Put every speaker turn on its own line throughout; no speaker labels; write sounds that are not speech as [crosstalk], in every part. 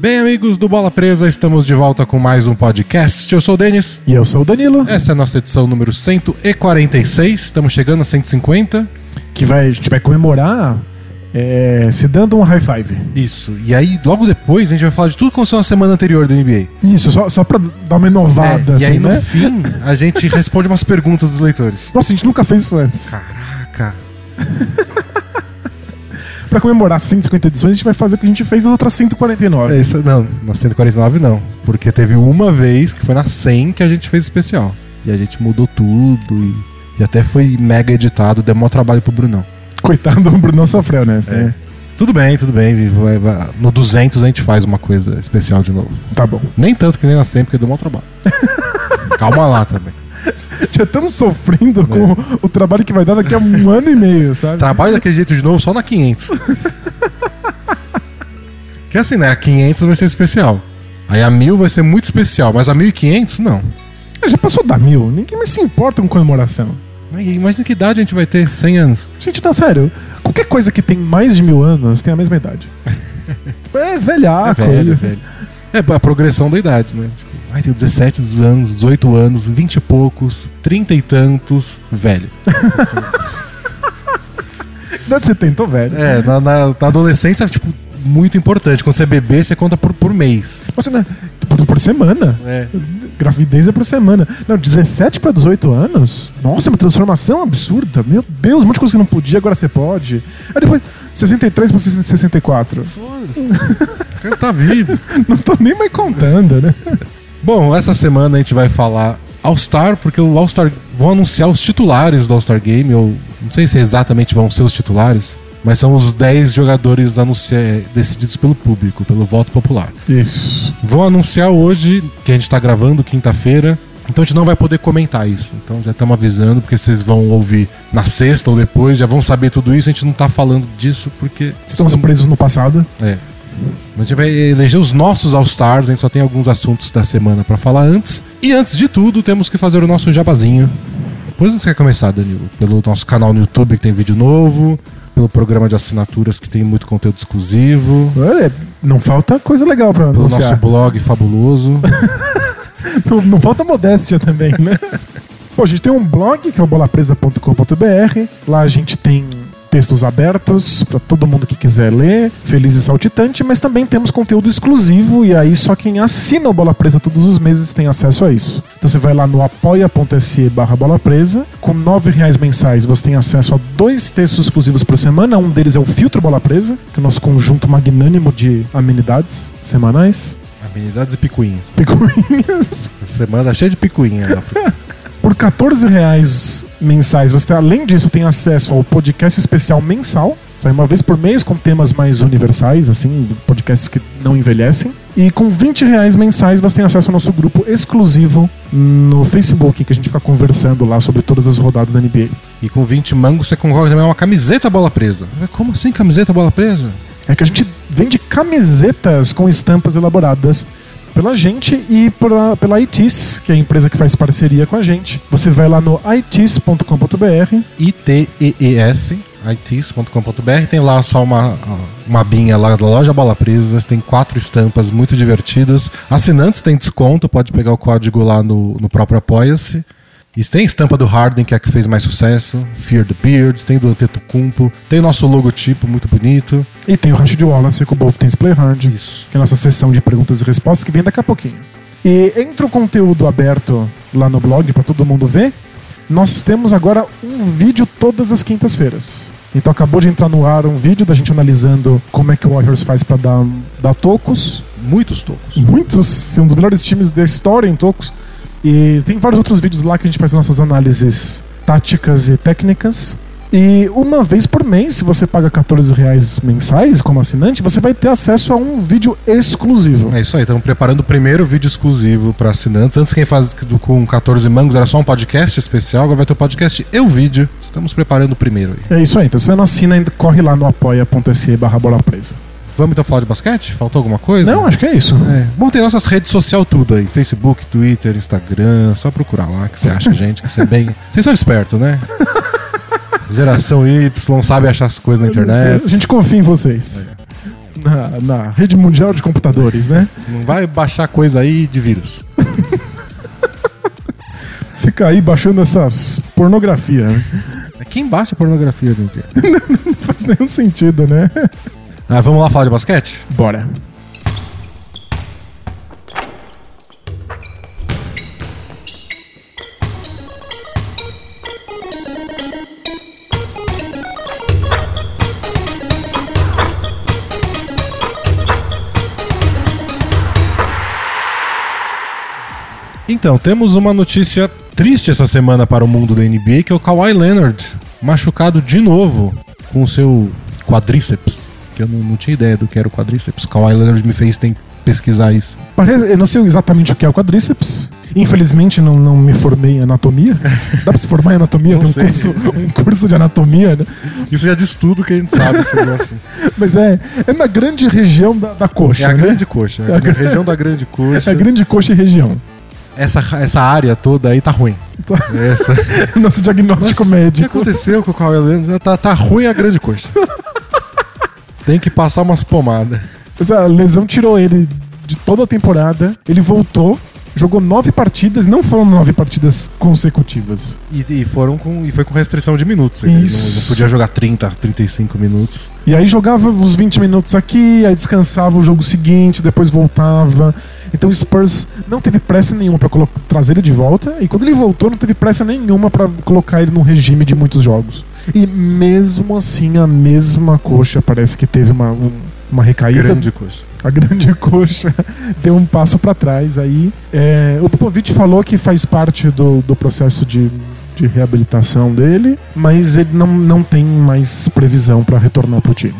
Bem, amigos do Bola Presa, estamos de volta com mais um podcast. Eu sou o Denis.
E eu sou o Danilo,
Essa é a nossa edição número 146. Estamos chegando a 150.
que vai, a gente vai comemorar é, se dando um high five.
Isso. E aí, logo depois, a gente vai falar de tudo que aconteceu na semana anterior da NBA.
Isso, só, só pra dar uma inovada,
É,
assim,
e aí, no
né?
fim, a gente responde umas perguntas dos leitores.
Nossa, a gente nunca fez isso antes.
Caraca.
Pra comemorar 150 edições, a gente vai fazer o que a gente fez nas outras 149.
É, isso, não, na 149 não. Porque teve uma vez, que foi na 100, que a gente fez especial. E a gente mudou tudo e, e até foi mega editado, deu maior trabalho pro Brunão.
Coitado, o Brunão sofreu, né? Assim,
É. Tudo bem, tudo bem. Vivo, vai- vai- No 200 a gente faz uma coisa especial de novo.
Tá bom.
Nem tanto que nem na 100, porque deu maior trabalho. Calma lá também.
Já estamos sofrendo com
É.
o trabalho que vai dar daqui a um ano e meio, sabe?
Trabalho daquele jeito de novo só na 500. que assim, né? A 500 vai ser especial. Aí a 1000 vai ser muito especial, mas a 1500 não. Tá.
Já passou da mil, ninguém mais se importa com comemoração.
Aí, Imagina que idade a gente vai ter, 100 anos.
Gente, não, sério, qualquer coisa que tem mais de mil anos tem a
[laughs]
mesma idade. Tipo, é velhaco.
velho,
ele-
velho. É a progressão da idade, né? Tipo, ai, tem 17 dos anos, 18 anos, 20 e poucos, 30 e tantos, velho.
Que idade você tem? Tô velho.
É, na, na- na adolescência, tipo, muito importante. Quando você é bebê, você conta por, por mês.
Você, né, por, por semana.
É.
Gravidez é por semana. Não, 17 pra 18 anos? Nossa, é uma transformação absurda. Meu Deus, um monte de coisa que não podia, agora você pode. Aí depois, 63 pra 64.
Foda-se. O cara tá vivo.
[laughs] Não tô nem mais contando, né?
Bom, essa semana a gente vai falar All-Star, porque o All-Star vão anunciar os titulares do All-Star Game, ou não sei se exatamente vão ser os titulares, mas são os 10 jogadores anuncia- decididos pelo público, pelo voto popular.
Isso.
Vão anunciar hoje, que a gente tá gravando quinta-feira, então a gente não vai poder comentar isso. Então já estamos avisando, porque vocês vão ouvir na sexta ou depois, já vão saber tudo isso, a gente não tá falando disso porque.
Estamos presos no passado.
É. A gente vai eleger os nossos All-Stars, a gente só tem alguns assuntos da semana pra falar antes. E antes de tudo, temos que fazer o nosso jabazinho. Por onde você quer começar, Danilo? Pelo nosso canal no YouTube que tem vídeo novo, pelo programa de assinaturas que tem muito conteúdo exclusivo,
Olha, não falta coisa legal pra
pelo nosso
anunciar.
blog fabuloso. [laughs]
Não, não falta modéstia também, né? Bom, a gente tem um blog que é o bolapresa.com.br. Lá a gente tem textos abertos para todo mundo que quiser ler, feliz e saltitante, mas também temos conteúdo exclusivo e aí só quem assina o Bola Presa todos os meses tem acesso a isso. Então você vai lá no apoia.se barra bola presa, com nove reais mensais você tem acesso a dois textos exclusivos por semana, um deles é o Filtro Bola Presa, que é o nosso conjunto magnânimo de amenidades semanais,
Amenidades e picuinhas.
picuinhas...
Essa semana tá cheia de picuinha. lá.
Por 14 reais mensais, você além disso tem acesso ao podcast especial mensal. Sai uma vez por mês com temas mais universais, assim, podcasts que não envelhecem. E com 20 reais mensais você tem acesso ao nosso grupo exclusivo no Facebook, que a gente fica conversando lá sobre todas as rodadas da NBA.
E com 20 mangos você concorre também uma camiseta bola presa. Como assim camiseta bola presa?
É que a gente vende camisetas com estampas elaboradas pela gente e pra- pela ITIS, que é a empresa que faz parceria com a gente. Você vai lá no itis.com.br
ITEES, its.com.br. Tem lá só uma, uma abinha lá da loja Bola Presas. Tem quatro estampas muito divertidas. Assinantes tem desconto, pode pegar o código lá no, no próprio Apoia-se. E tem a estampa do Harden, que é a que fez mais sucesso. Fear the Beard, tem do Antetokounmpo. Tem o nosso logotipo muito bonito.
E tem o Rashid Wallace com o Both Things Play Hard, que
Isso.
é a nossa sessão de perguntas e respostas que vem daqui a pouquinho. E entre o conteúdo aberto lá no blog para todo mundo ver, nós temos agora um vídeo todas as quintas-feiras. Então acabou de entrar no ar um vídeo da gente analisando como é que o Warriors faz para dar, dar tocos.
Muitos tocos.
Muitos, um dos melhores times da história em tocos. E tem vários outros vídeos lá que a gente faz nossas análises táticas e técnicas. E uma vez por mês, se você paga 14 reais mensais como assinante, você vai ter acesso a um vídeo exclusivo.
É isso aí, estamos preparando o primeiro vídeo exclusivo para assinantes. Antes quem faz do- com 14 mangos era só um podcast especial, agora vai ter o podcast e o vídeo. Estamos preparando o primeiro aí.
É isso aí, então se você não assina, ainda corre lá no apoia.se barra bola presa.
Vamos então falar de basquete? Faltou alguma coisa?
Não, acho que é isso.
É. Bom, tem nossas redes sociais tudo aí. Facebook, Twitter, Instagram. Só procurar lá que você acha, gente, que você é
[laughs]
bem... Vocês são espertos, né? Geração Y sabe achar as coisas na internet.
É. A gente confia em vocês. na, na rede mundial de computadores, né?
Não vai baixar coisa aí de vírus.
Fica aí baixando essas pornografia. né?
Quem baixa pornografia hoje em dia?
Não faz nenhum sentido, né?
Ah, vamos lá falar de basquete?
Bora.
Então, temos uma notícia triste essa semana para o mundo da NBA, que é o Kawhi Leonard, machucado de novo com o seu quadríceps. Que eu não, não tinha ideia do que era o quadríceps. Kawhi Leonard me fez tem pesquisar isso.
Parece- eu não sei exatamente o que é o quadríceps. Infelizmente não, não me formei em anatomia. Dá pra se formar em anatomia?
Não
Tem um
sei.
curso, um curso de anatomia, né?
Isso já diz tudo que a gente sabe. esse
[laughs]
negócio.
Mas é, é na grande região da, da
é
coxa,
a
né?
grande coxa.
[laughs]
É a
gra-
região da grande
É
coxa.
a grande coxa e região. [laughs]
Essa, essa área toda aí tá ruim.
Tá. [laughs]
Essa.
Nosso diagnóstico
Mas O que
médico.
aconteceu com o Kawhi Leonard? Tá, tá ruim a grande coxa. Tem que passar umas pomadas.
Essa ah, lesão tirou ele de toda a temporada. Ele voltou, jogou nove partidas, não foram nove partidas consecutivas.
E, e foram com. E foi com restrição de minutos. Ele Não,
Isso.
não podia jogar 30, 35 minutos.
E aí jogava uns 20 minutos aqui, aí descansava o jogo seguinte, depois voltava. Então o Spurs não teve pressa nenhuma pra colo- trazer ele de volta. E quando ele voltou, não teve pressa nenhuma pra colocar ele num regime de muitos jogos. E mesmo assim, a mesma coxa parece que teve uma, um- uma recaída.
grande coisa.
A grande [laughs] coxa deu um passo pra trás aí. É, o Popovich falou que faz parte do, do processo de, de reabilitação dele, mas ele não, não tem mais previsão pra retornar pro time.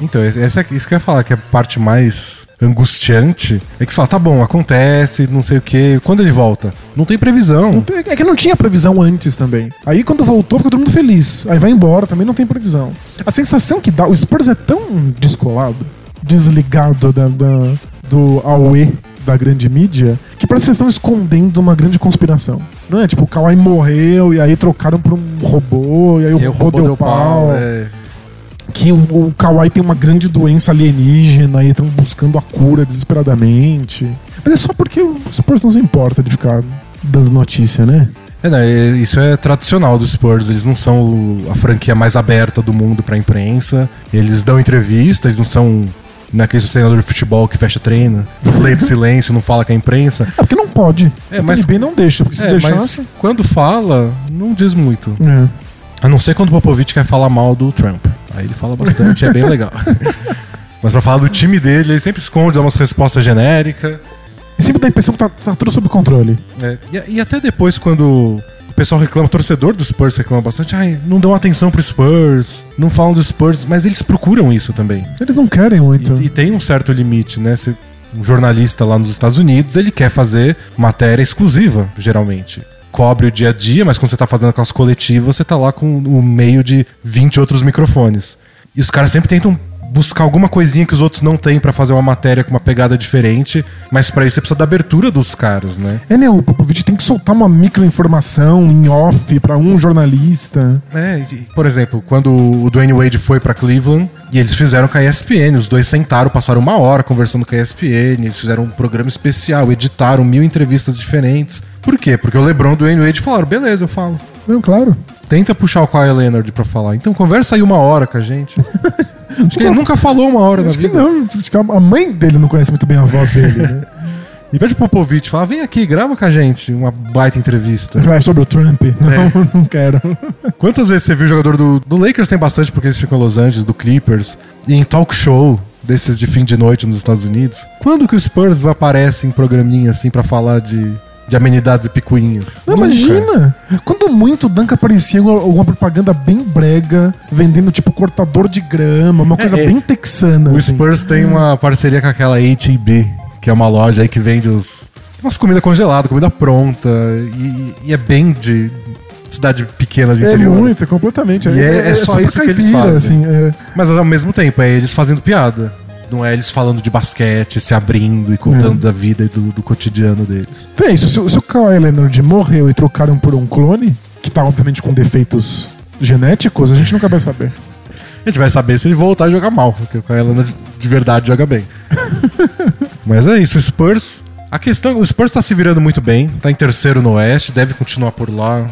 Então, essa, isso que eu ia falar, que é a parte mais angustiante. É que você fala, tá bom, acontece, não sei o quê. Quando ele volta? Não tem previsão.
Não tem- É que não tinha previsão antes também. Aí quando voltou, ficou todo mundo feliz. Aí vai embora, também não tem previsão. A sensação que dá, o Spurs é tão descolado, desligado da, da- do AUE da grande mídia, que parece que eles estão escondendo uma grande conspiração. Não é? Tipo, o Kawhi morreu e aí trocaram por um robô, e aí o,
E aí
robô, deu, pau.
é.
Que o, o Kawhi tem uma grande doença alienígena e estão buscando a cura desesperadamente. Mas é só porque o Spurs não se importa de ficar dando notícia, né?
É, não, é- isso é tradicional dos Spurs. Eles não são o- a franquia mais aberta do mundo pra imprensa. Eles dão entrevista, eles não são naqueles treinador de futebol que fecha treino, [laughs] lei do silêncio, não fala com a imprensa.
É porque não pode.
É,
É,
mas-
mas... O NB não deixa, porque se
É, mas
deixasse.
quando fala, não diz muito.
É.
A não ser quando o Popovich quer falar mal do Trump. Aí ele fala bastante, é bem legal. Mas pra falar do time dele, ele sempre esconde, dá umas respostas genéricas.
E sempre dá a impressão que tá, tá tudo sob controle.
É, e, e até depois, quando o pessoal reclama, o torcedor do Spurs reclama bastante, ai, não dão atenção pro Spurs, não falam do Spurs, mas eles procuram isso também.
Eles não querem
E-
muito.
E, tem um certo limite, né? Se um jornalista lá nos Estados Unidos, ele quer fazer matéria exclusiva, geralmente. Cobre o dia a dia, mas quando você tá fazendo com as coletivas, você tá lá com o meio de 20 outros microfones. E os caras sempre tentam buscar alguma coisinha que os outros não têm pra fazer uma matéria com uma pegada diferente, mas pra isso você precisa da abertura dos caras, né?
É, né? O Popovich tem que soltar uma microinformação em off pra um jornalista.
É, e, por exemplo, quando o Dwayne Wade foi pra Cleveland e eles fizeram com a ESPN, os dois sentaram, passaram uma hora conversando com a ESPN, eles fizeram um programa especial, editaram mil entrevistas diferentes. Por quê? Porque o LeBron e o Dwayne Wade falaram: "Beleza, eu falo".
Não, claro.
Tenta puxar o Kawhi Leonard pra falar. Então conversa aí uma hora com a
[laughs]
gente. Acho que ele nunca falou uma hora na
Acho que
vida.
não. Acho que a a mãe dele não conhece muito bem a voz
[laughs]
dele, né?
E pede pro Popovich, fala: "Vem aqui, grava com a gente uma baita entrevista".
Vai é sobre o Trump.
É.
Não, [laughs] não quero.
Quantas vezes você viu o jogador do, do Lakers tem bastante porque eles ficam em Los Angeles, do Clippers, e em talk show desses de fim de noite nos Estados Unidos? Quando que o Spurs aparece em programinha assim pra falar de, de amenidades e picuinhas?
Não,
Nunca.
imagina! Quando muito, o Duncan aparecia em alguma propaganda bem brega, vendendo tipo cortador de grama, uma coisa
é.
bem texana.
O
assim.
Spurs tem uma parceria com aquela H&B, que é uma loja aí que vende os umas comida congelada, comida pronta e, e é bem de cidade pequena de
É
interior. né?
muito, é completamente.
E é- é só
super
isso que eles fazem.
Assim, é.
Mas ao mesmo tempo, é eles fazendo piada. Não é eles falando de basquete, se abrindo e contando da vida e do, do cotidiano deles.
Então é isso. Se, o- se o Kawhi Leonard morreu e trocaram por um clone, que tá obviamente com defeitos genéticos, a gente nunca vai saber.
A gente vai saber se ele voltar a jogar mal, porque o Kyle de verdade joga bem. Mas é isso, o Spurs. A questão, o Spurs tá se virando muito bem, tá em terceiro no Oeste, deve continuar por lá.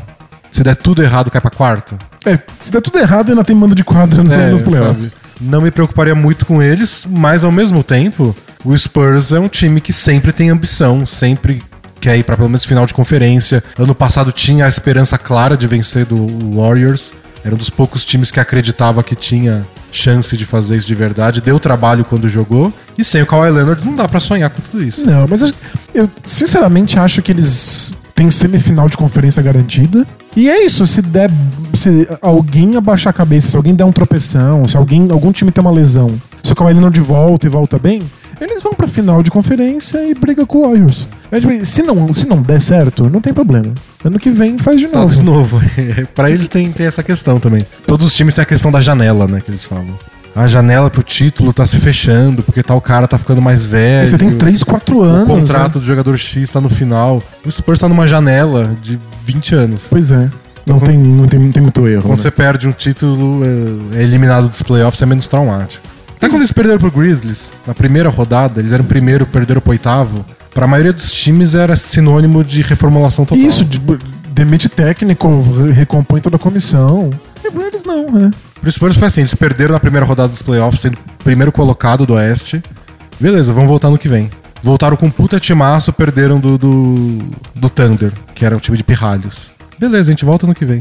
Se der tudo errado, cai pra quarto.
É, se der tudo errado, ainda tem mando de quadra no-
É,
nos playoffs.
sabe? Não me preocuparia muito com eles, mas ao mesmo tempo, o Spurs é um time que sempre tem ambição, sempre quer ir para pelo menos final de conferência. Ano passado tinha a esperança clara de vencer do Warriors. Era um dos poucos times que acreditava que tinha chance de fazer isso de verdade. Deu trabalho quando jogou. E sem o Kawhi Leonard não dá para sonhar com tudo isso.
Não, mas eu, eu sinceramente acho que eles têm semifinal de conferência garantida. E é isso, se der. Se alguém abaixar a cabeça, se alguém der um tropeção, se alguém, algum time tem uma lesão, se o Kawhi Leonard volta e volta bem, eles vão pra final de conferência e briga com o Warriors. É, tipo, Se não, se não der certo, não tem problema. Ano que vem faz de
Tá,
novo.
de novo. [laughs] pra eles tem, tem essa questão também. Todos os times têm a questão da janela, né? Que eles falam. A janela pro título tá se fechando, porque tal cara tá ficando mais velho.
Você tem 3, 4
o
anos.
contrato
né?
do jogador X tá no final. O Spurs tá numa janela de 20 anos.
Pois é. Não tem, não, tem, não tem muito erro.
Quando
né?
você perde um título, é- é eliminado dos playoffs, é menos traumático. Até quando eles perderam pro Grizzlies, na primeira rodada, eles eram primeiro, perderam pro oitavo. Pra maioria dos times era sinônimo de reformulação total.
Isso, de- demite técnico, re- recompõe toda a comissão. E pra eles não, né?
Pro Spurs foi assim, eles perderam na primeira rodada dos playoffs, sendo primeiro colocado do Oeste. Beleza, vamos voltar no que vem. Voltaram com um puta timaço, perderam do, do, do Thunder, que era um time de pirralhos. Beleza, a gente volta no que vem.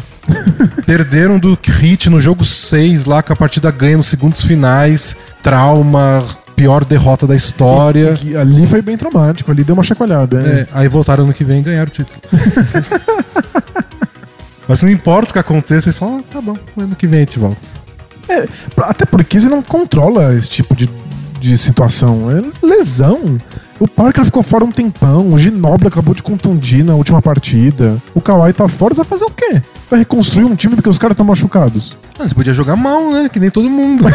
perderam do Heat no jogo 6 lá, com a partida ganha nos segundos finais. Trauma, pior derrota da história.
Que ali foi bem traumático, ali deu uma chacoalhada. né?
É, aí voltaram ano que vem e ganharam o título. Mas não importa o que aconteça, eles falam, ah, tá bom, ano que vem a gente volta.
É, pra- até porque você não controla esse tipo de, de situação. É lesão. O Parker ficou fora um tempão, o Ginobre acabou de contundir na última partida. O Kawhi tá fora, você vai fazer o quê? Vai reconstruir um time porque os caras estão machucados.
Ah, você podia jogar mal, né? Que nem todo mundo.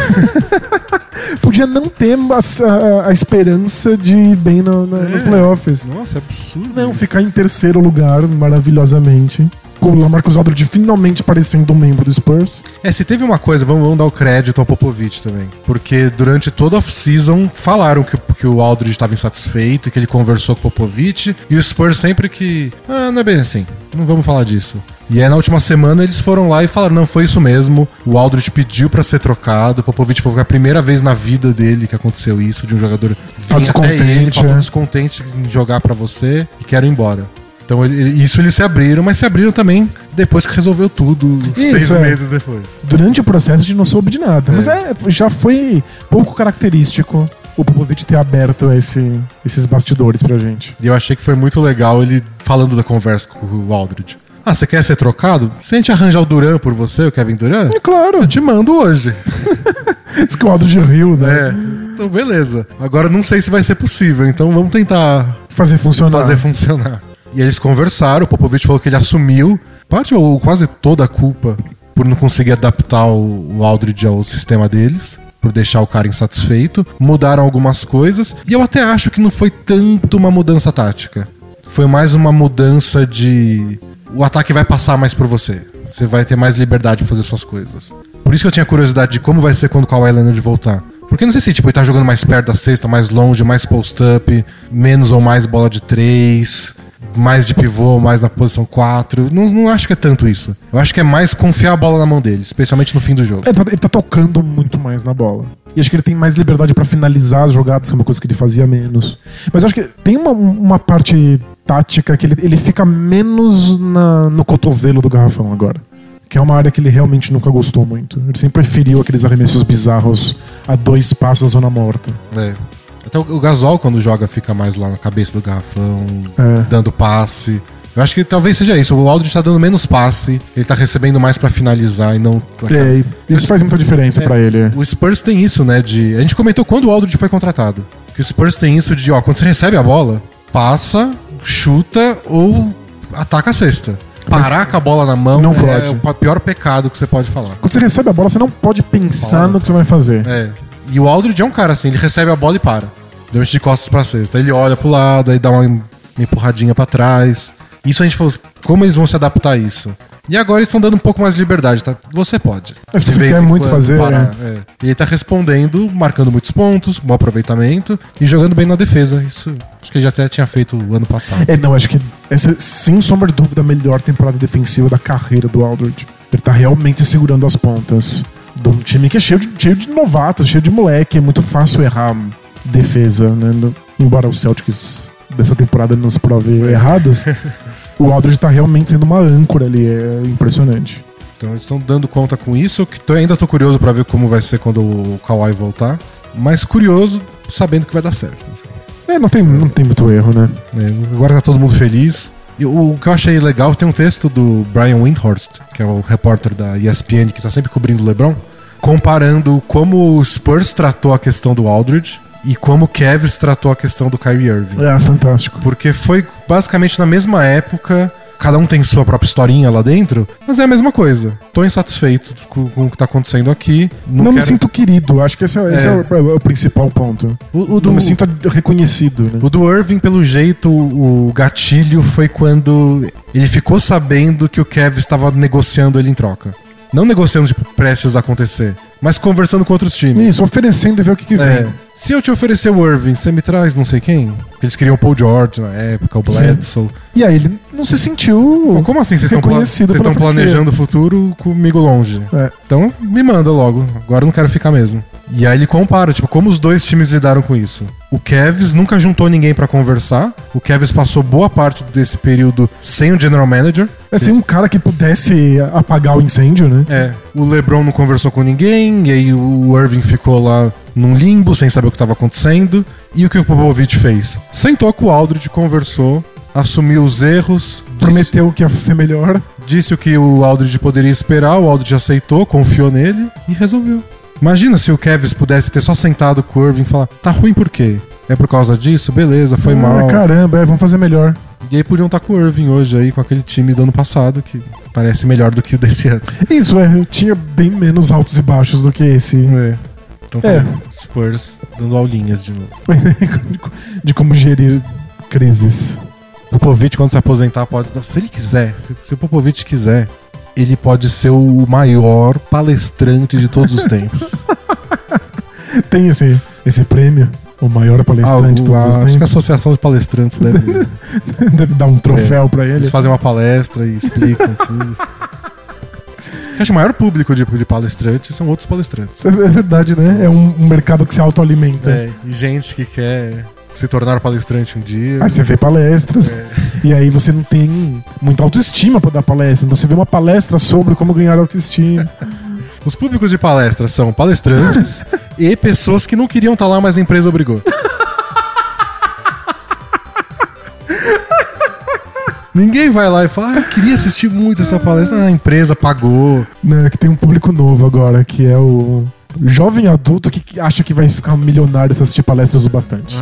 Podia não ter mas- ah, a, a esperança de ir bem no- na- nos
É.
playoffs.
Nossa, é absurdo.
Não,
isso.
ficar em terceiro lugar maravilhosamente. Com o Lamarcus Aldridge finalmente parecendo um membro do Spurs.
É, se teve uma coisa, vamos, vamos dar o crédito ao Popovich também. Porque durante toda a off-season falaram que, que o Aldridge estava insatisfeito, que ele conversou com o Popovich. E o Spurs sempre que. Ah, não é bem assim. Não vamos falar disso. E aí na última semana eles foram lá e falaram: não, foi isso mesmo. O Aldridge pediu pra ser trocado. O Popovich foi a primeira vez na vida dele que aconteceu isso, de um jogador vir até
Tá descontente,
ele, faltou
né?
descontente em jogar pra você e quero ir embora. Então ele- ele- isso eles se abriram, mas se abriram também depois que resolveu tudo,
Isso,
seis
é.
meses depois.
Durante o processo a gente não soube de nada. Mas é, já foi pouco característico o Popovich ter aberto esse- esses bastidores pra gente.
E eu achei que foi muito legal ele falando da conversa com o Aldridge. Ah, você quer ser trocado? Se a gente arranjar o Duran por você, o Kevin Duran,
É claro,
eu te mando hoje.
[laughs] diz que o Aldridge riu, né?
É. Então, beleza. Agora não sei se vai ser possível, então vamos tentar
Fazer funcionar.
fazer funcionar. E eles conversaram, o Popovich falou que ele assumiu parte ou quase toda a culpa por não conseguir adaptar o o Aldridge ao sistema deles, por deixar o cara insatisfeito. Mudaram algumas coisas, e eu até acho que não foi tanto uma mudança tática. Foi mais uma mudança de. O ataque vai passar mais por você. Você vai ter mais liberdade de fazer suas coisas. Por isso que eu tinha curiosidade de como vai ser quando o Kawhi Leonard voltar. Porque eu não sei se tipo, ele tá jogando mais perto da cesta, mais longe, mais post-up, menos ou mais bola de três, mais de pivô, mais na posição 4. Não, não acho que é tanto isso. Eu acho que é mais confiar a bola na mão dele, especialmente no fim do jogo.
É, tá- ele tá tocando muito mais na bola. E acho que ele tem mais liberdade pra finalizar as jogadas, que é uma coisa que ele fazia menos. Mas acho que tem uma, uma parte tática que ele, ele fica menos na- no cotovelo do garrafão agora. Que é uma área que ele realmente nunca gostou muito. Ele sempre preferiu aqueles arremessos bizarros a dois passos da zona morta.
É. Até o, o Gasol, quando joga, fica mais lá na cabeça do garrafão,
É.
dando passe. Eu acho que talvez seja isso. O Aldridge tá dando menos passe, ele tá recebendo mais pra finalizar e não.
É, e isso faz muita diferença
É.
pra ele. é.
O Spurs tem isso, né? De... A gente comentou quando o Aldridge foi contratado. Que o Spurs tem isso de, ó, quando você recebe a bola, passa, chuta ou ataca a cesta. Parar com a bola na mão
Não
é
pode.
o pa- pior pecado que você pode falar.
Quando você recebe a bola, você não pode pensar
Bola.
no que você vai fazer.
É. E o Aldridge é um cara assim, ele recebe a bola e para. Durante de costas pra cesta. Ele olha pro lado, aí dá uma, em- uma empurradinha pra trás. Isso a gente falou, como eles vão se adaptar a isso? E agora eles estão dando um pouco mais de liberdade, tá? Você pode.
Mas se
De
você
vez
quer
em
muito
quando,
fazer, né?
parar, é. E ele tá respondendo, marcando muitos pontos, bom aproveitamento e jogando bem na defesa. Isso acho que ele já até tinha feito o ano
[laughs]
passado.
É, não, acho que essa, é, sem sombra de dúvida, a melhor temporada defensiva da carreira do Aldridge. Ele tá realmente segurando as pontas de um time que é cheio de, cheio de novatos, cheio de moleque. É muito fácil errar defesa, né? No- Embora os Celtics dessa temporada nos prove
[laughs]
errados, o Aldridge tá realmente sendo uma âncora ali. É impressionante.
Então eles estão dando conta com isso, que tô- ainda tô curioso pra ver como vai ser quando o Kawhi voltar. Mas curioso, sabendo que vai dar certo. assim.
É, não tem, não tem muito erro, né?
É, agora tá todo mundo feliz. E o, o que eu achei legal, tem um texto do Brian Windhorst, que é o repórter da ESPN que tá sempre cobrindo o LeBron, comparando como o Spurs tratou a questão do Aldridge e como o Cavs tratou a questão do Kyrie Irving.
É, fantástico.
Porque foi basicamente na mesma época. Cada um tem sua própria historinha lá dentro, mas é a mesma coisa. Tô insatisfeito com, com o que tá acontecendo aqui.
Não,
Não,
me
quero-
sinto querido, acho que esse é, esse é o, é o principal ponto.
O, o do,
Não me sinto reconhecido, né?
o do Irving, pelo jeito, o gatilho foi quando ele ficou sabendo que o Kev estava negociando ele em troca. Não negociando, tipo, prestes a acontecer, mas conversando com outros times.
Isso, oferecendo e ver o que, que vem.
É, se eu te oferecer o Irving, você me traz não sei quem? Eles queriam o Paul George na época, o
Sim.
Bledsoe.
E aí ele não se
Pô,
sentiu.
como assim vocês estão pla-
Reconhecido
vocês estão
pela franquia.
planejando o futuro comigo longe?
É.
Então me manda logo. Agora eu não quero ficar mesmo. E aí ele compara, tipo, como os dois times lidaram com isso. O Kevs nunca juntou ninguém pra conversar. O Kevs passou boa parte desse período sem o general manager.
Assim, um cara que pudesse apagar o incêndio, né?
É, o LeBron não conversou com ninguém, e aí o Irving ficou lá num limbo, sem saber o que estava acontecendo. E o que o Popovich fez? Sentou com o Aldridge, conversou, assumiu os erros, disse-
Prometeu que ia ser melhor.
Disse o que o Aldridge poderia esperar, o Aldridge aceitou, confiou nele e resolveu. Imagina se o Kevs pudesse ter só sentado com o Irving e falar: tá ruim por quê? É por causa disso? Beleza, foi
Ah,
mal.
Caramba, é, vamos fazer melhor.
E aí podiam estar com o Irving hoje aí, com aquele time do ano passado, que parece melhor do que o desse ano.
Isso, é, eu tinha bem menos altos e baixos do que esse.
É. Então tá
[laughs] É.
Spurs dando aulinhas de novo.
[laughs] De como gerir crises.
O Popovich, quando se aposentar, pode. dar- Se ele quiser, se, se o Popovich quiser, ele pode ser o maior palestrante de todos os tempos.
Tem esse, esse prêmio, o maior [laughs] palestrante de
Algo lá,
todos os
Ah, Acho que a
tempos.
associação de palestrantes deve.
[laughs] Deve dar um troféu pra ele.
Eles fazem uma palestra e explicam tudo. Eu Acho que o maior público de, de palestrantes são outros palestrantes.
É verdade, né? É um, um mercado que se autoalimenta.
É, e gente que quer se tornar palestrante um dia.
Aí você vê palestras,
É.
e aí você não tem muita autoestima pra dar palestra. Então você vê uma palestra sobre como ganhar autoestima. [laughs]
Os públicos de palestra são palestrantes e pessoas que não queriam estar lá, mas a empresa obrigou. Ninguém vai lá e fala, ah, eu queria assistir muito essa palestra. Ah, a empresa pagou.
né, que tem um público novo agora, que é o jovem adulto que que acha que vai ficar milionário se assistir palestras o bastante.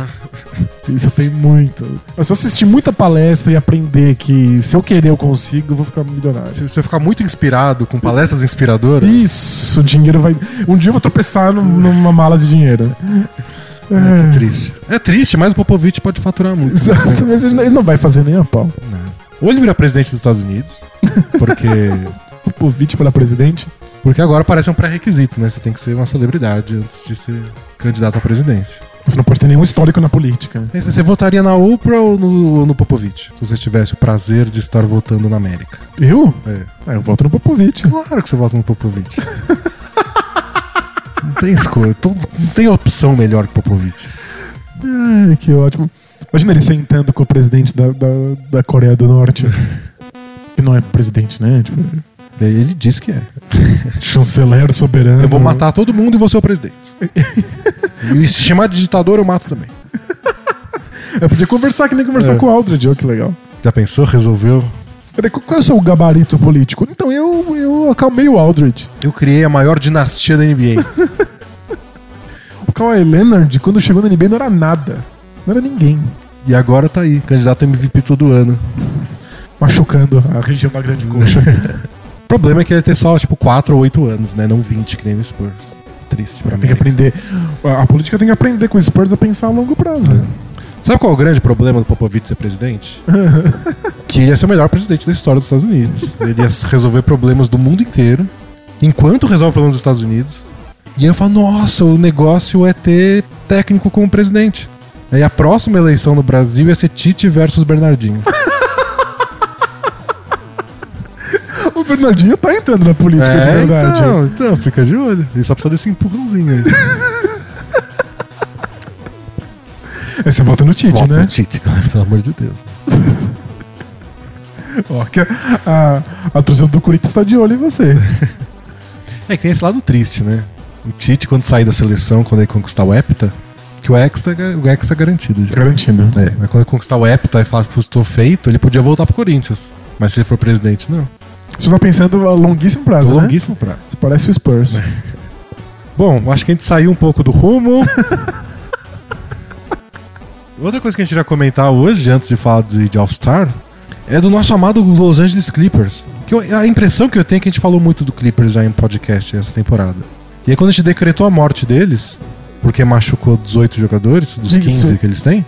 Isso tem muito. Mas se eu assistir muita palestra e aprender que se eu querer eu consigo, eu vou ficar milionário.
Se, se eu ficar muito inspirado com palestras inspiradoras,
Isso, o dinheiro vai. Um dia eu vou tropeçar num- numa mala de dinheiro.
É
É,
triste. É triste, mas o Popovich pode faturar muito.
[laughs]
né?
exato, mas ele ele não vai fazer nem a pau.
Ou ele vira presidente dos Estados Unidos, porque
Tipo, O Povite para presidente.
porque agora parece um pré-requisito, né? Você tem que ser uma celebridade antes de ser candidato à presidência.
Você não pode ter nenhum histórico na política. né?
Aí Você você votaria na Oprah ou no, no Popovich? Se você tivesse o prazer de estar votando na América.
Eu?
É.
Ah, eu voto no Popovich.
Claro que você vota no Popovich. Não tem escolha, todo- não tem opção melhor que Popovich.
Ai, que ótimo. Imagina ele sentando com o presidente da, da, da Coreia do Norte. que não é presidente, né? Tipo,
Ele disse que é.
chanceler soberano.
Eu vou matar todo mundo e vou ser o presidente. e se chamar de ditador, eu mato também.
Eu podia conversar que nem conversou
É.
com o Aldridge, olha que legal.
Já pensou? Resolveu?
Peraí, qual qual é o seu gabarito político? Então eu, eu acalmei o Aldridge.
Eu criei a maior dinastia da NBA. [laughs]
O Kawhi Leonard, quando chegou na NBA, não era nada. Não era ninguém.
e agora tá aí, candidato a MVP todo ano.
Machucando a região da grande
[laughs]
coxa.
O problema é que ele tem só, tipo, 4 ou 8 anos, né? Não 20, que nem o Spurs. Triste pra
tem que
mim. é
aprender. A, a política tem que aprender com o Spurs a pensar a longo prazo. né?
Sabe qual é o grande problema do Popovich ser [laughs] presidente? que ele ia ser o melhor presidente da história dos Estados Unidos. Ele ia resolver problemas do mundo inteiro, enquanto resolve problemas dos Estados Unidos. E aí eu falo, nossa, o negócio é ter técnico como presidente. Aí a próxima eleição no Brasil ia ser Tite versus Bernardinho.
O Bernardinho tá entrando na política de
É,
verdade.
então, então, fica de olho. Ele só precisa desse empurrãozinho aí.
Aí você volta no Tite,
[laughs] Volta
né?
no Tite, cara, pelo amor de Deus.
Ó, que a, a, a torcida do Corinthians tá de olho em você.
É que tem esse lado triste, né? O Tite, quando sair da seleção, quando ele conquistar o Hepta, que o Hexa, o Hexa é garantido.
Garantindo.
É, mas quando ele conquistar o Hepta e falar que estou feito, ele podia voltar pro Corinthians. Mas se ele for presidente, não.
Você tá pensando a longuíssimo prazo, né?
É. longuíssimo É. prazo.
Isso parece o Spurs.
Bom, acho que a gente saiu um pouco do rumo. Outra coisa que a gente iria comentar hoje, antes de falar de, de All-Star, é do nosso amado Los Angeles Clippers. Que eu- a impressão que eu tenho é que a gente falou muito do Clippers já em podcast essa temporada. E aí quando a gente decretou a morte deles, porque machucou 18 jogadores, dos
Isso.
15 que eles têm,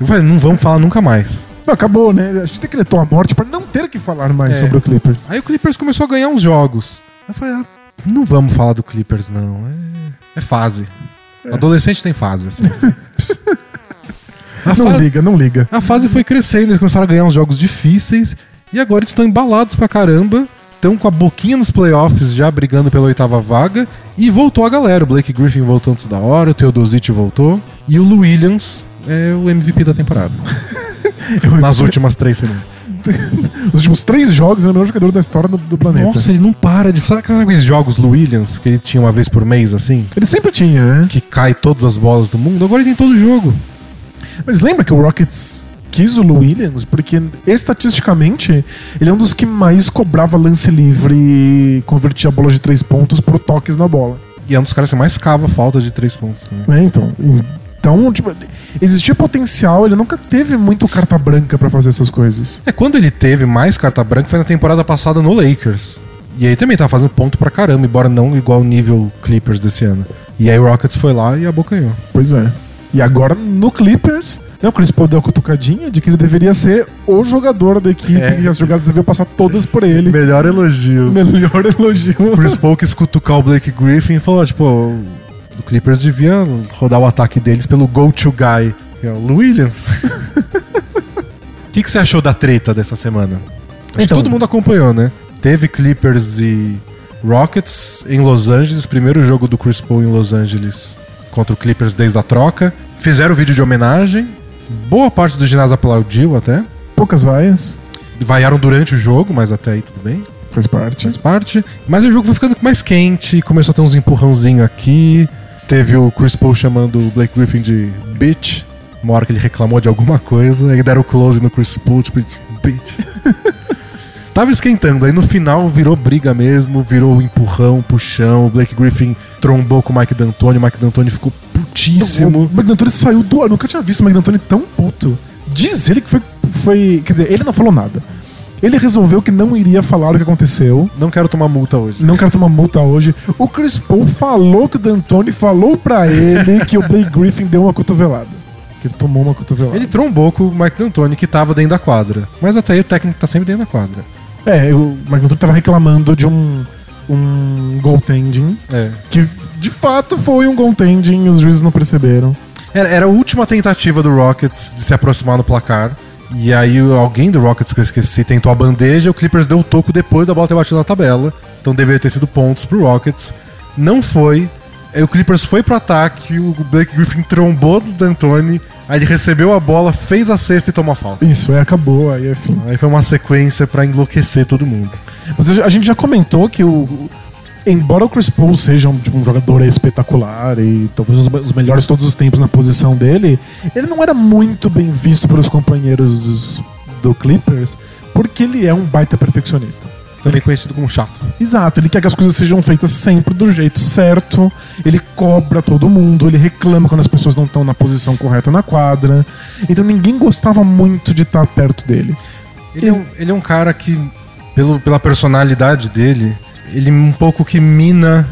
eu falei, não vamos falar nunca mais.
Não, acabou, né? A gente decretou a morte pra não ter que falar mais
É.
sobre o Clippers.
Aí o Clippers começou a ganhar uns jogos. Eu falei, ah, não vamos falar do Clippers, não. É, é fase.
É.
Adolescente tem fase,
[laughs]
assim. a,
Não
fa-
liga, não liga.
é a fase foi crescendo, eles começaram a ganhar uns jogos difíceis. E agora eles estão embalados pra caramba. Estão com a boquinha nos playoffs, já brigando pela oitava vaga. E voltou a galera. O Blake Griffin voltou antes da hora, o Teodosic voltou. E o Lou Williams é o MVP da temporada.
[laughs]
nas últimas três semanas.
Os últimos três jogos ele é o melhor jogador da história do, do planeta.
Nossa, ele não para de. Sabe aqueles jogos Lou Williams que ele tinha uma vez por mês, assim?
Ele sempre tinha, né?
Que cai todas as bolas do mundo? Agora ele tem todo jogo.
Mas lembra que o Rockets quis o Lou Williams porque estatisticamente ele é um dos que mais cobrava lance livre e convertia bolas de três pontos por toques na bola.
E é um dos caras que mais cava a falta de três pontos. Né?
Né? Então, então tipo, existia potencial, ele nunca teve muito carta branca pra fazer essas coisas.
É quando ele teve mais carta branca foi na temporada passada no Lakers. E aí também tava fazendo ponto pra caramba, embora não igual o nível Clippers desse ano. E aí o Rockets foi lá e abocanhou.
Pois é. E agora no Clippers, né, o Chris Paul deu a cutucadinha de que ele deveria ser o jogador da equipe
É.
e as jogadas deveriam passar todas por ele.
Melhor elogio.
Melhor elogio.
O Chris Paul quis cutucar o Blake Griffin e falou, tipo, o Clippers devia rodar o ataque deles pelo go-to guy, que é o Lou Williams. [laughs] O que, que você achou da treta dessa semana? Acho que
Então-
todo mundo acompanhou, né? Teve Clippers e Rockets em Los Angeles, primeiro jogo do Chris Paul em Los Angeles contra o Clippers desde a troca. Fizeram o vídeo de homenagem, boa parte do ginásio aplaudiu até.
Poucas vaias,
Vaiaram durante o jogo, mas até aí tudo bem
faz parte.
faz parte. Mas aí o jogo foi ficando mais quente, começou a ter uns empurrãozinho aqui. Teve o Chris Paul chamando o Blake Griffin de bitch. Uma hora que ele reclamou de alguma coisa, aí deram o close no Chris Paul, tipo, ele, bitch. [laughs] Tava esquentando, aí no final virou briga mesmo, virou empurrão, puxão. O Blake Griffin trombou com o Mike D'Antoni, o Mike D'Antoni ficou
O
putíssimo.
Magnantoni saiu do ar. Nunca tinha visto o Magnantoni tão puto. Diz ele que foi, foi. Quer dizer, ele não falou nada. Ele resolveu que não iria falar o que aconteceu.
Não quero tomar multa hoje.
Não quero tomar multa hoje. O Chris Paul falou que o D'Antoni falou pra ele que o Blake Griffin deu uma cotovelada. Que ele tomou uma cotovelada.
Ele trombou com o Mike D'Antoni, que tava dentro da quadra. Mas até aí o técnico tá sempre dentro da quadra.
É, o Magnantoni tava reclamando de um. Um goaltending.
É.
Que de fato foi um goaltending. Os juízes não perceberam.
Era, era a última tentativa do Rockets de se aproximar no placar. E aí o- alguém do Rockets que eu esqueci tentou a bandeja, o Clippers deu o toco depois da bola ter batido na tabela. Então deveria ter sido pontos pro Rockets. Não foi. Aí o Clippers foi pro ataque, o Blake Griffin trombou do D'Antoni, aí ele recebeu a bola, fez a cesta e tomou a falta.
Isso, aí acabou. Aí é fim.
Aí foi uma sequência pra enlouquecer todo mundo.
Mas a gente já comentou que o. o- Embora o Chris Paul seja um, tipo, um jogador espetacular e talvez os, me- os melhores de todos os tempos na posição dele, ele não era muito bem visto pelos companheiros dos- do Clippers porque ele é um baita perfeccionista.
Também conhecido como chato.
Exato, ele quer que as coisas sejam feitas sempre do jeito certo, ele cobra todo mundo, ele reclama quando as pessoas não estão na posição correta na quadra. Então ninguém gostava muito de estar perto dele.
Ele é um, ele é um cara que, pelo, pela personalidade dele, ele um pouco que mina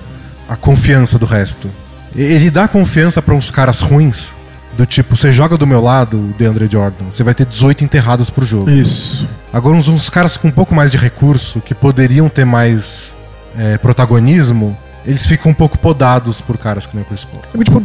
a confiança do resto. E- Ele dá confiança pra uns caras ruins Do tipo, você joga do meu lado o DeAndre Jordan, você vai ter 18 enterradas por jogo.
Isso.
Agora, uns, uns caras com um pouco mais de recurso, que poderiam ter mais é, protagonismo, eles ficam um pouco podados por caras que nem o Chris Paul.
É, tipo,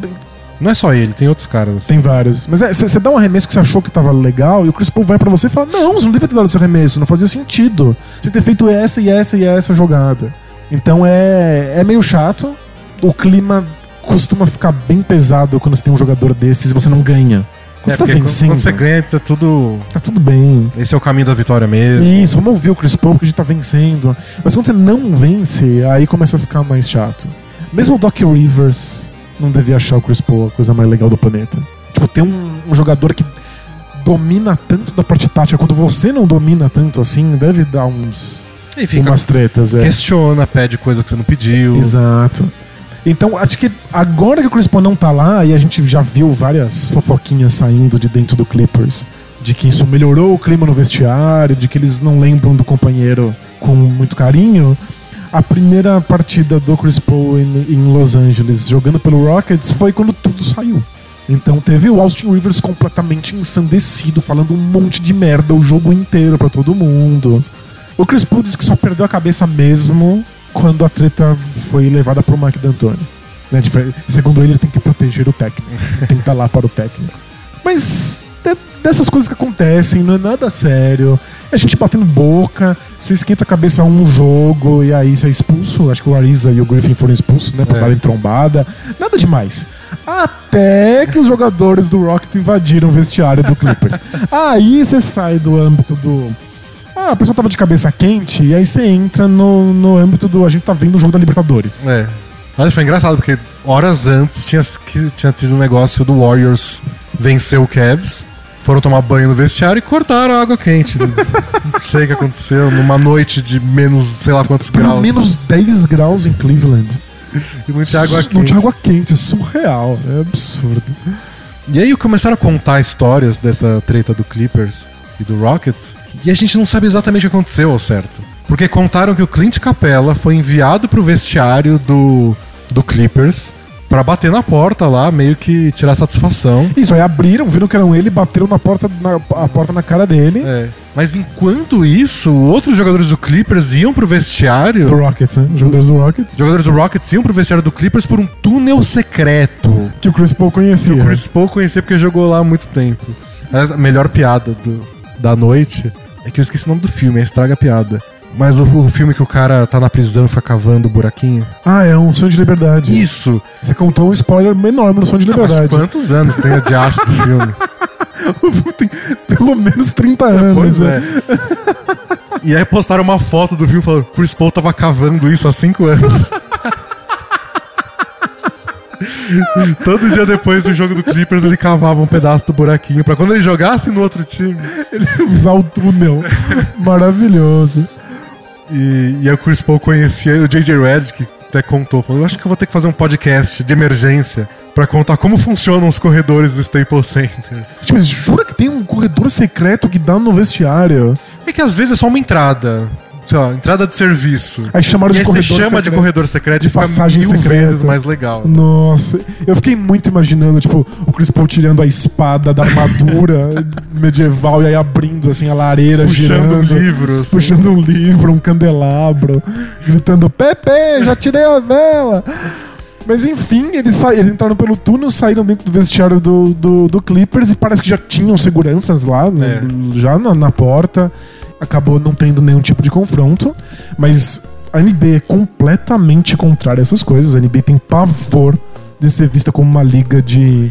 Não é só ele, tem outros caras. assim.
tem várias. Mas você dá um arremesso que você achou que tava legal e o Chris Paul vai pra você e fala: Não, você não devia ter dado esse arremesso, não fazia sentido. Você tinha que ter feito essa e essa e essa jogada. Então é, é meio chato. O clima costuma ficar bem pesado quando você tem um jogador desses e você não ganha. Quando
É,
você tá
porque quando-
vencendo,
Quando você ganha, tá tudo.
tá tudo bem.
Esse é o caminho da vitória mesmo.
Isso, vamos ouvir o Chris Paul porque a gente tá vencendo. Mas quando você não vence, aí começa a ficar mais chato. Mesmo o Doc Rivers não devia achar o Chris Paul a coisa mais legal do planeta. Tipo, tem um, um jogador que domina tanto da parte tática, quando você não domina tanto assim, deve dar uns
E fica,
umas tretas, é.
questiona, pede coisa que você não pediu.
Exato. Então, acho que agora que o Chris Paul não tá lá, e a gente já viu várias fofoquinhas saindo de dentro do Clippers, de que isso melhorou o clima no vestiário, de que eles não lembram do companheiro com muito carinho. A primeira partida do Chris Paul em, em Los Angeles, jogando pelo Rockets, foi quando tudo saiu. Então teve o Austin Rivers completamente ensandecido, falando um monte de merda o jogo inteiro pra todo mundo. O Chris Paul disse que só perdeu a cabeça mesmo quando a treta foi levada pro Mike D'Antoni. Né, difer- Segundo ele, ele tem que proteger o técnico. Ele tem que estar lá para o técnico. Mas de- dessas coisas que acontecem, não é nada sério. É gente batendo boca, você esquenta a cabeça um jogo e aí você é expulso. Acho que o Ariza e o Griffin foram expulsos, né? Por
É.
darem trombada. Nada demais. Até que os jogadores do Rockets invadiram o vestiário do Clippers. aí você sai do âmbito do. Ah, a pessoa tava de cabeça quente, e aí você entra no, no âmbito do. A gente tá vendo o jogo da Libertadores.
É. Mas foi engraçado, porque horas antes tinha, que- tinha tido um negócio do Warriors vencer o Cavs. Foram tomar banho no vestiário e cortaram a água
[laughs]
quente. Não sei o que aconteceu. Numa noite de menos sei lá quantos
Pelo
graus.
menos 10 graus em Cleveland.
E muita água
Não
quente.
tinha água quente, é surreal. É absurdo.
E aí começaram a contar histórias dessa treta do Clippers e do Rockets, e a gente não sabe exatamente o que aconteceu ao certo. Porque contaram que o Clint Capella foi enviado pro vestiário do, do Clippers pra bater na porta lá, meio que tirar satisfação.
Isso, aí abriram, viram que eram ele, bateram na porta, na, a porta na cara dele.
É. Mas enquanto isso, outros jogadores do Clippers iam pro vestiário.
Do Rockets, né? Os jogadores do Rockets.
Os jogadores do Rockets iam pro vestiário do Clippers por um túnel secreto.
Que o Chris Paul conhecia.
O Chris Paul conhecia porque jogou lá há muito tempo. Aliás, a melhor piada do- da noite é que eu esqueci o nome do filme, aí estraga a piada. Mas o, o filme que o cara tá na prisão e fica cavando o buraquinho.
Ah, é um sonho de liberdade.
Isso!
Você contou um spoiler enorme no sonho de
Ah, mas
liberdade.
quantos anos tem a diacho do filme?
Tem pelo menos 30 anos. né?
E aí postaram uma foto do filme falando Chris Paul tava cavando isso há cinco anos. [laughs] Todo dia depois do jogo do Clippers, ele cavava um pedaço do buraquinho pra quando ele jogasse no outro time,
Usar é.
[laughs]
o túnel. Maravilhoso.
E, e aí o Chris Paul conhecia o J.J. Redd, que até contou, falou, eu acho que eu vou ter que fazer um podcast de emergência pra contar como funcionam os corredores do Staples Center.
Gente, mas jura que tem um corredor secreto que dá no vestiário?
É que às vezes é só uma entrada, sei lá, entrada de serviço.
Aí chamaram
E
É, de
aí você
corredor
chama de
secreto.
corredor secreto
De
e fica
passagem
mil
secreta. né,
vezes mais legal.
Nossa, eu fiquei muito imaginando, tipo, o Chris Paul tirando a espada
[laughs]
da armadura medieval e aí abrindo, assim, a lareira,
Puxando um
girando.
livros.
Puxando um livro, um candelabro, gritando, Pepe, já tirei a vela! Mas enfim, eles, sa- eles entraram pelo túnel, saíram dentro do vestiário do, do, do Clippers e parece que já tinham seguranças lá, né? no-
É.
já na, na porta. Acabou não tendo nenhum tipo de confronto, mas a NBA é completamente contrária a essas coisas. A NBA tem pavor de ser vista como uma liga de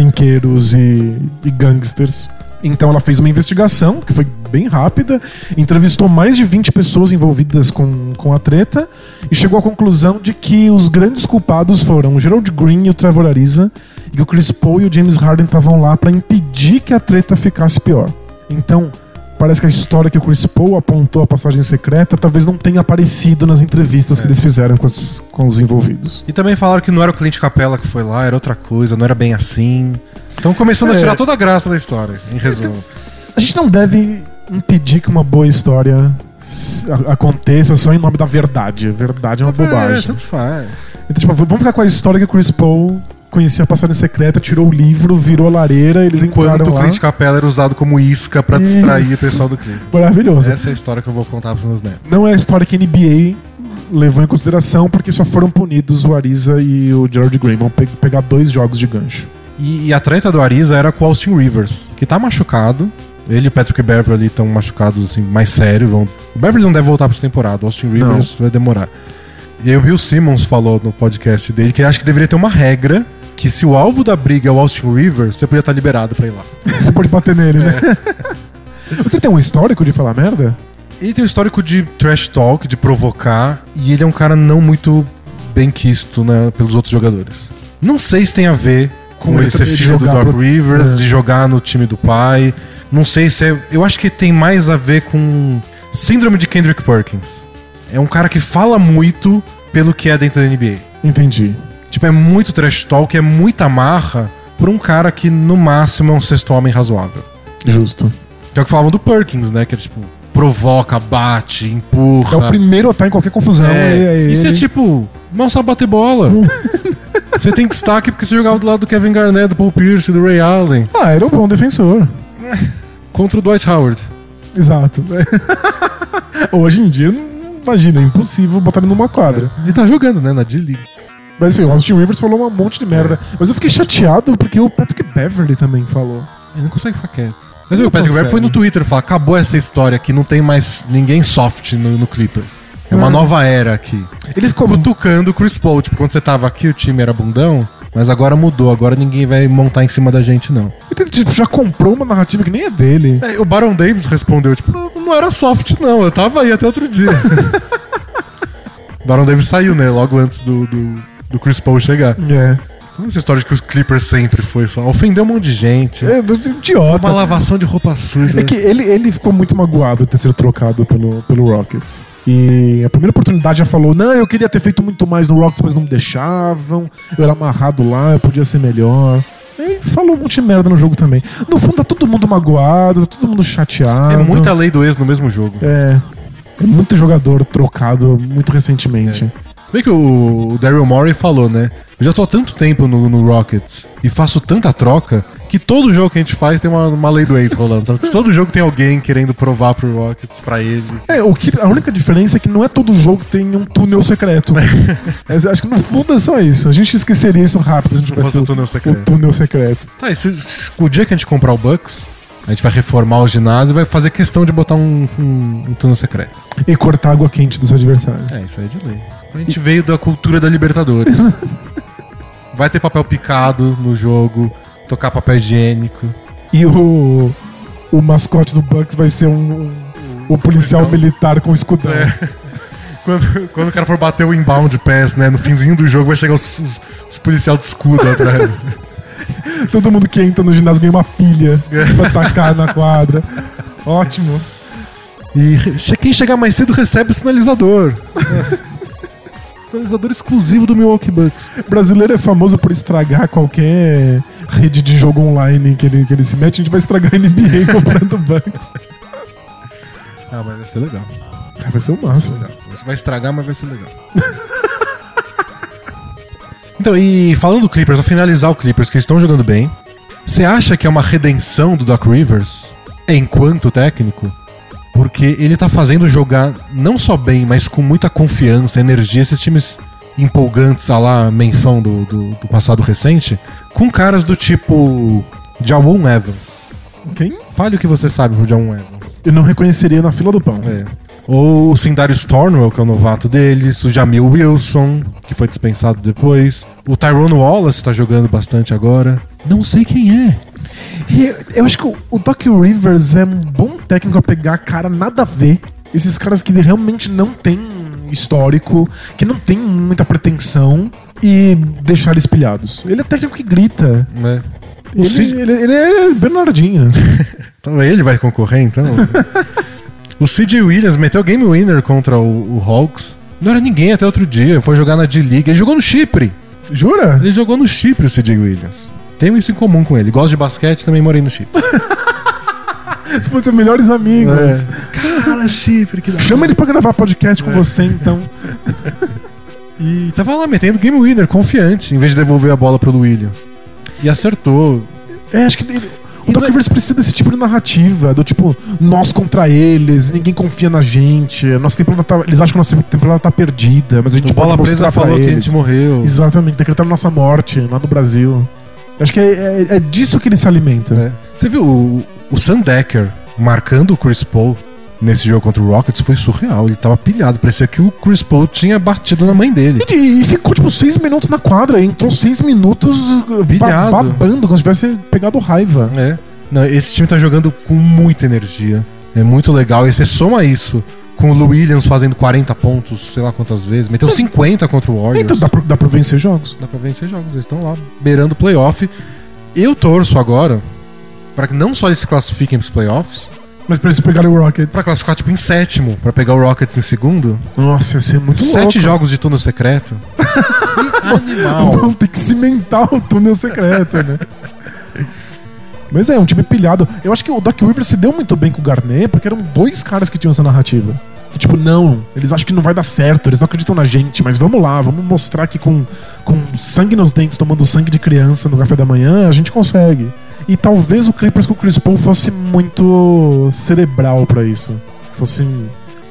encrenqueiros e, e gangsters. Então ela fez uma investigação, que foi bem rápida, entrevistou mais de 20 pessoas envolvidas com, com a treta e chegou à conclusão de que os grandes culpados foram o Gerald Green e o Trevor Ariza e que o Chris Paul e o James Harden estavam lá para impedir que a treta ficasse pior. Então, parece que a história que o Chris Paul apontou a passagem secreta talvez não tenha aparecido nas entrevistas que eles fizeram com os, com os envolvidos.
E também falaram que não era o cliente Capela que foi lá, era outra coisa, não era bem assim. Então começando a
É.
tirar toda a graça da história, em resumo.
A gente não deve impedir que uma boa história s- a- aconteça só em nome da verdade. Verdade é uma bobagem.
É, tanto faz.
Então, tipo, v- vamos ficar com a história que o Chris Paul conhecia a passagem secreta, tirou o livro, virou lareira, eles
Enquanto
entraram
o
lá.
Clint então, Capela era usado como isca pra distrair
Isso.
o pessoal do clipe.
Maravilhoso.
Essa é a história que eu vou contar pros meus netos.
Não é a história que a NBA levou em consideração, porque só foram punidos o Ariza e o Gerald Green. Vão pe- pegar dois jogos de gancho.
E, e a treta do Ariza era com o Austin Rivers, que tá machucado. Ele e o Patrick Beverly estão machucados assim, mais sério. Vão... O Beverly não deve voltar pra essa temporada, o Austin Rivers vai demorar. E aí o Bill Simmons falou no podcast dele que ele acha que deveria ter uma regra que se o alvo da briga é o Austin Rivers, você podia estar liberado pra ir lá.
Você pode bater nele, né?
É.
[laughs] Você tem um histórico de falar merda?
Ele tem um histórico de trash talk, de provocar, e ele é um cara não muito bem quisto né, pelos outros jogadores. Não sei se tem a ver com,
Com
ele
ele
ser
de
filho do
jogar
Doc
pro-
Rivers,
É.
de jogar no time do pai. Não sei se é. Eu acho que tem mais a ver com síndrome de Kendrick Perkins. É um cara que fala muito pelo que é dentro da NBA.
Entendi.
Tipo, é muito trash talk, é muita marra pra um cara que no máximo é um sexto homem razoável.
Justo.
Que é o que falavam do Perkins, né? Que ele, tipo, provoca, bate,
É o
empurra.
primeiro a estar em qualquer confusão.
Ah. É,
e é ele.
isso é tipo, mal sabe bater
[laughs]
bola. você tem destaque porque você jogava do lado do Kevin Garnett, do Paul Pierce, do Ray Allen.
Ah, era um bom defensor.
Contra o Dwight Howard.
Exato. [laughs] Hoje em dia, não- imagina, é impossível botar ele numa quadra.
Ele tá jogando, né? Na D-League.
Mas enfim, o Austin Rivers falou um monte de
É.
merda. Mas eu fiquei chateado porque o Patrick Beverly também falou.
Ele não consegue ficar quieto. Mas
Não
o Patrick Beverly
consegue.
foi no Twitter falar: acabou essa história aqui, não tem mais ninguém soft no, no Clippers. É uma
Ah.
nova era aqui.
Ele ficou muito.
Cutucando o Chris Paul. Tipo, quando você tava aqui, o time era bundão, mas agora mudou. Agora ninguém vai montar em cima da gente, não.
Ele tipo, já comprou uma narrativa que nem é dele.
É, O Baron Davis respondeu, tipo, não, não era soft não, eu tava aí até outro dia. [laughs] o Baron Davis saiu, né, logo antes do, do, do Chris Paul chegar.
É.
Sabe essa história de que os Clippers sempre foi só, ofendeu um monte de gente,
É
uma
idiota.
lavação de roupa suja.
É que ele, ele ficou muito magoado de ter sido trocado pelo, pelo Rockets. E a primeira oportunidade já falou: não, eu queria ter feito muito mais no Rockets, mas não me deixavam. Eu era amarrado lá, eu podia ser melhor. E falou um monte de merda no jogo também. No fundo, tá todo mundo magoado, tá todo mundo chateado.
É muita lei do ex no mesmo jogo.
É. É muito jogador trocado muito recentemente.
Se bem que o, o Daryl Morey falou, né, eu já tô há tanto tempo no, no Rockets e faço tanta troca que todo jogo que a gente faz tem uma, uma lei do ex rolando, sabe? Todo jogo tem alguém querendo provar pro Rockets, pra ele.
É, o que, a única diferença é que não é todo jogo que tem um
[laughs]
túnel secreto. Mas eu acho que no fundo é só isso. A gente esqueceria isso rápido se a gente
Se não fosse
tivesse o,
o túnel secreto.
o túnel secreto.
Tá, e se, se- o dia que a gente comprar o Bucks, a gente vai reformar o ginásio e vai fazer questão de botar um, um, um túnel secreto.
E cortar água quente dos adversários.
É, isso aí é de lei. A gente veio da cultura da [laughs] Libertadores. vai ter papel picado no jogo, tocar papel higiênico.
E o, o mascote do Bucks vai ser um, um, um policial
policial.
militar com escudão.
Quando, quando o cara for bater o inbound pass, né, no finzinho do jogo vai chegar os, os, os policial de escudo atrás.
Todo mundo que entra no ginásio ganha uma pilha pra atacar na quadra. Ótimo.
E che- quem chegar mais cedo recebe o [laughs] sinalizador. sinalizador exclusivo do Milwaukee Bucks.
brasileiro é famoso por estragar qualquer rede de jogo online que ele, que ele se mete. A gente vai estragar a [laughs] NBA comprando Bucks.
Ah, mas vai ser legal.
Cara, Vai ser o
ser
máximo.
legal. Você vai estragar, mas vai ser legal. [laughs] então, e falando do Clippers, vou finalizar o Clippers, que eles estão jogando bem. Você acha que é uma redenção do Doc Rivers enquanto técnico? Porque ele tá fazendo jogar não só bem, mas com muita confiança, energia, esses times empolgantes a lá menfão do, do, do passado recente, com caras do tipo Jawon Evans.
Quem?
Fale o que você sabe pro Jawon Evans.
Eu não reconheceria na fila do pão.
É. Ou o Sindarius Stornwell, que é o novato deles, o Jamil Wilson, que foi dispensado depois. O Tyrone Wallace tá jogando bastante agora. Não sei quem é.
E eu- eu acho que o, o Doc Rivers é um bom técnico a pegar cara nada a ver. Esses caras que realmente não tem histórico, que não tem muita pretensão e deixar eles pilhados. Ele é técnico que grita.
Né? O
Ele,
Sid-
ele, ele é Bernardinho.
Então ele vai concorrer, [laughs] então. o CJ Williams meteu game winner contra o, o Hawks. Não era ninguém até outro dia. Foi jogar na D-League. Ele jogou no Chipre. [laughs]
Jura?
Ele jogou no Chipre, o CJ Williams. Tenho isso em comum com ele. Gosto de basquete, também morei no [laughs] Chipre.
Eles foram seus melhores amigos.
É. Cara, Chipre, que da
Chama ele pra gravar podcast com você, então.
E tava lá metendo game winner, confiante, em vez de devolver a bola pro Williams. E acertou.
É, acho que ele- o Darkverse precisa desse tipo de narrativa, do tipo, nós contra eles, ninguém confia na gente, a nossa temporada tá- eles acham que a nossa temporada tá perdida, mas a gente
O bola
pode
presa
mostrar pra
falou que a
eles.
gente morreu.
Exatamente, decretaram nossa morte lá no Brasil. Acho que é, é- é disso que ele se alimenta.
É. Você viu o, o Sam Decker marcando o Chris Paul nesse jogo contra o Rockets? Foi surreal. Ele tava pilhado. Parecia que o Chris Paul tinha batido na mãe dele.
E, e ficou tipo seis minutos na quadra, entrou seis minutos ba-
Pilhado.
babando, como se tivesse pegado raiva.
É. Não, esse time tá jogando com muita energia. É muito legal. E você soma isso com o Lou Williams fazendo 40 pontos, sei lá quantas vezes. Meteu 50 contra o Warriors.
Então dá pra, dá pra vencer jogos.
Dá pra vencer jogos, eles estão lá beirando o playoff. Eu torço agora pra que não só eles se classifiquem pros playoffs,
Mas pra eles pegarem o Rockets.
pra classificar tipo em sétimo, pra pegar o Rockets em segundo.
Nossa, ia ser muito
Sete
louco.
jogos de turno secreto. [laughs] Que animal.
Vão ter Então que cimentar o túnel secreto, né? Mas é, um time pilhado. Eu acho que o Doc Weaver se deu muito bem com o Garnet, porque eram dois caras que tinham essa narrativa. Que, tipo, não, eles acham que não vai dar certo, eles não acreditam na gente, mas vamos lá, vamos mostrar que com, com sangue nos dentes, tomando sangue de criança no café da manhã, a gente consegue. E talvez o Clippers com o Chris Paul fosse muito cerebral pra isso. Fosse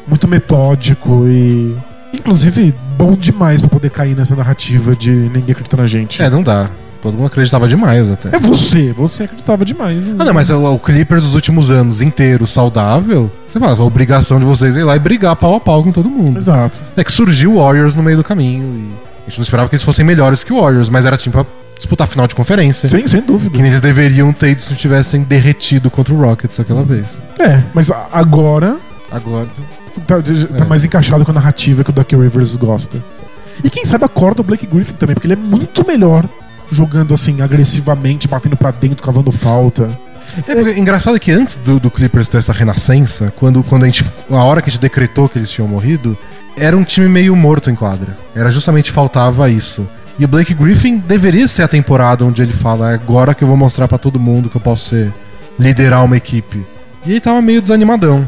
muito metódico e inclusive bom demais pra poder cair nessa narrativa de ninguém acredita na gente.
É, não dá. Todo mundo acreditava demais até.
É você, você acreditava demais. né?
Ah, não, mas o, o Clippers dos últimos anos inteiro saudável, você fala, a obrigação de vocês é ir lá e brigar pau a pau com todo mundo.
Exato.
É que surgiu o Warriors no meio do caminho e a gente não esperava que eles fossem melhores que o Warriors, mas era time pra disputar final de conferência.
Sim, sem dúvida.
Que eles deveriam ter ido se não tivessem derretido contra o Rockets aquela vez.
É, mas a- agora
Agora.
tá, de- tá
É.
mais encaixado com a narrativa que o Ducky Rivers gosta. E quem sabe acorda o Blake Griffin também, porque ele é muito melhor jogando assim, agressivamente, batendo pra dentro, cavando falta.
É, porque, engraçado é que antes do, do Clippers ter essa renascença, quando, quando a gente. A hora que a gente decretou que eles tinham morrido, era um time meio morto em quadra. Era justamente faltava isso. E o Blake Griffin deveria ser a temporada onde ele fala: "É agora que eu vou mostrar pra todo mundo que eu posso ser, liderar uma equipe. E ele tava meio desanimadão.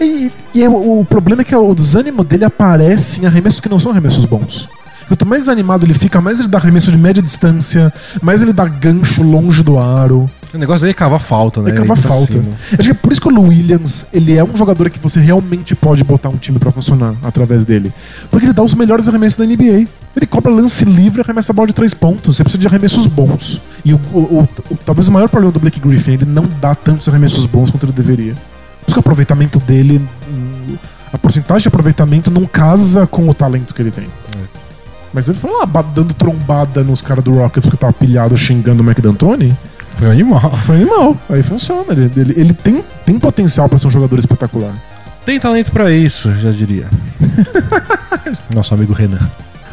E, e é o, o problema é que o desânimo dele aparece em arremessos que não são arremessos bons. Quanto mais desanimado ele fica, mais ele dá arremesso de média distância, mais ele dá gancho longe do aro.
O negócio dele é cavar falta, né?
É cavar
Ir pra
falta.
cima.
Acho que é por isso que o Lou Williams, ele é um jogador que você realmente pode botar um time pra funcionar através dele. Porque ele dá os melhores arremessos da NBA. Ele cobra lance livre e arremessa a bola de três pontos. Você precisa de arremessos bons. E o, o- o- o- talvez o maior problema do Blake Griffin, ele não dá tantos arremessos bons quanto ele deveria. Por isso que o aproveitamento dele, hum, a porcentagem de aproveitamento não casa com o talento que ele tem.
É.
Mas ele foi lá ba- dando trombada nos caras do Rockets porque tava pilhado xingando o Mike D'Antoni.
Foi um animal.
Foi animal. Aí funciona. Ele, ele, ele tem, tem potencial pra ser um jogador espetacular.
Tem talento pra isso, já diria. [laughs] Nosso amigo Renan.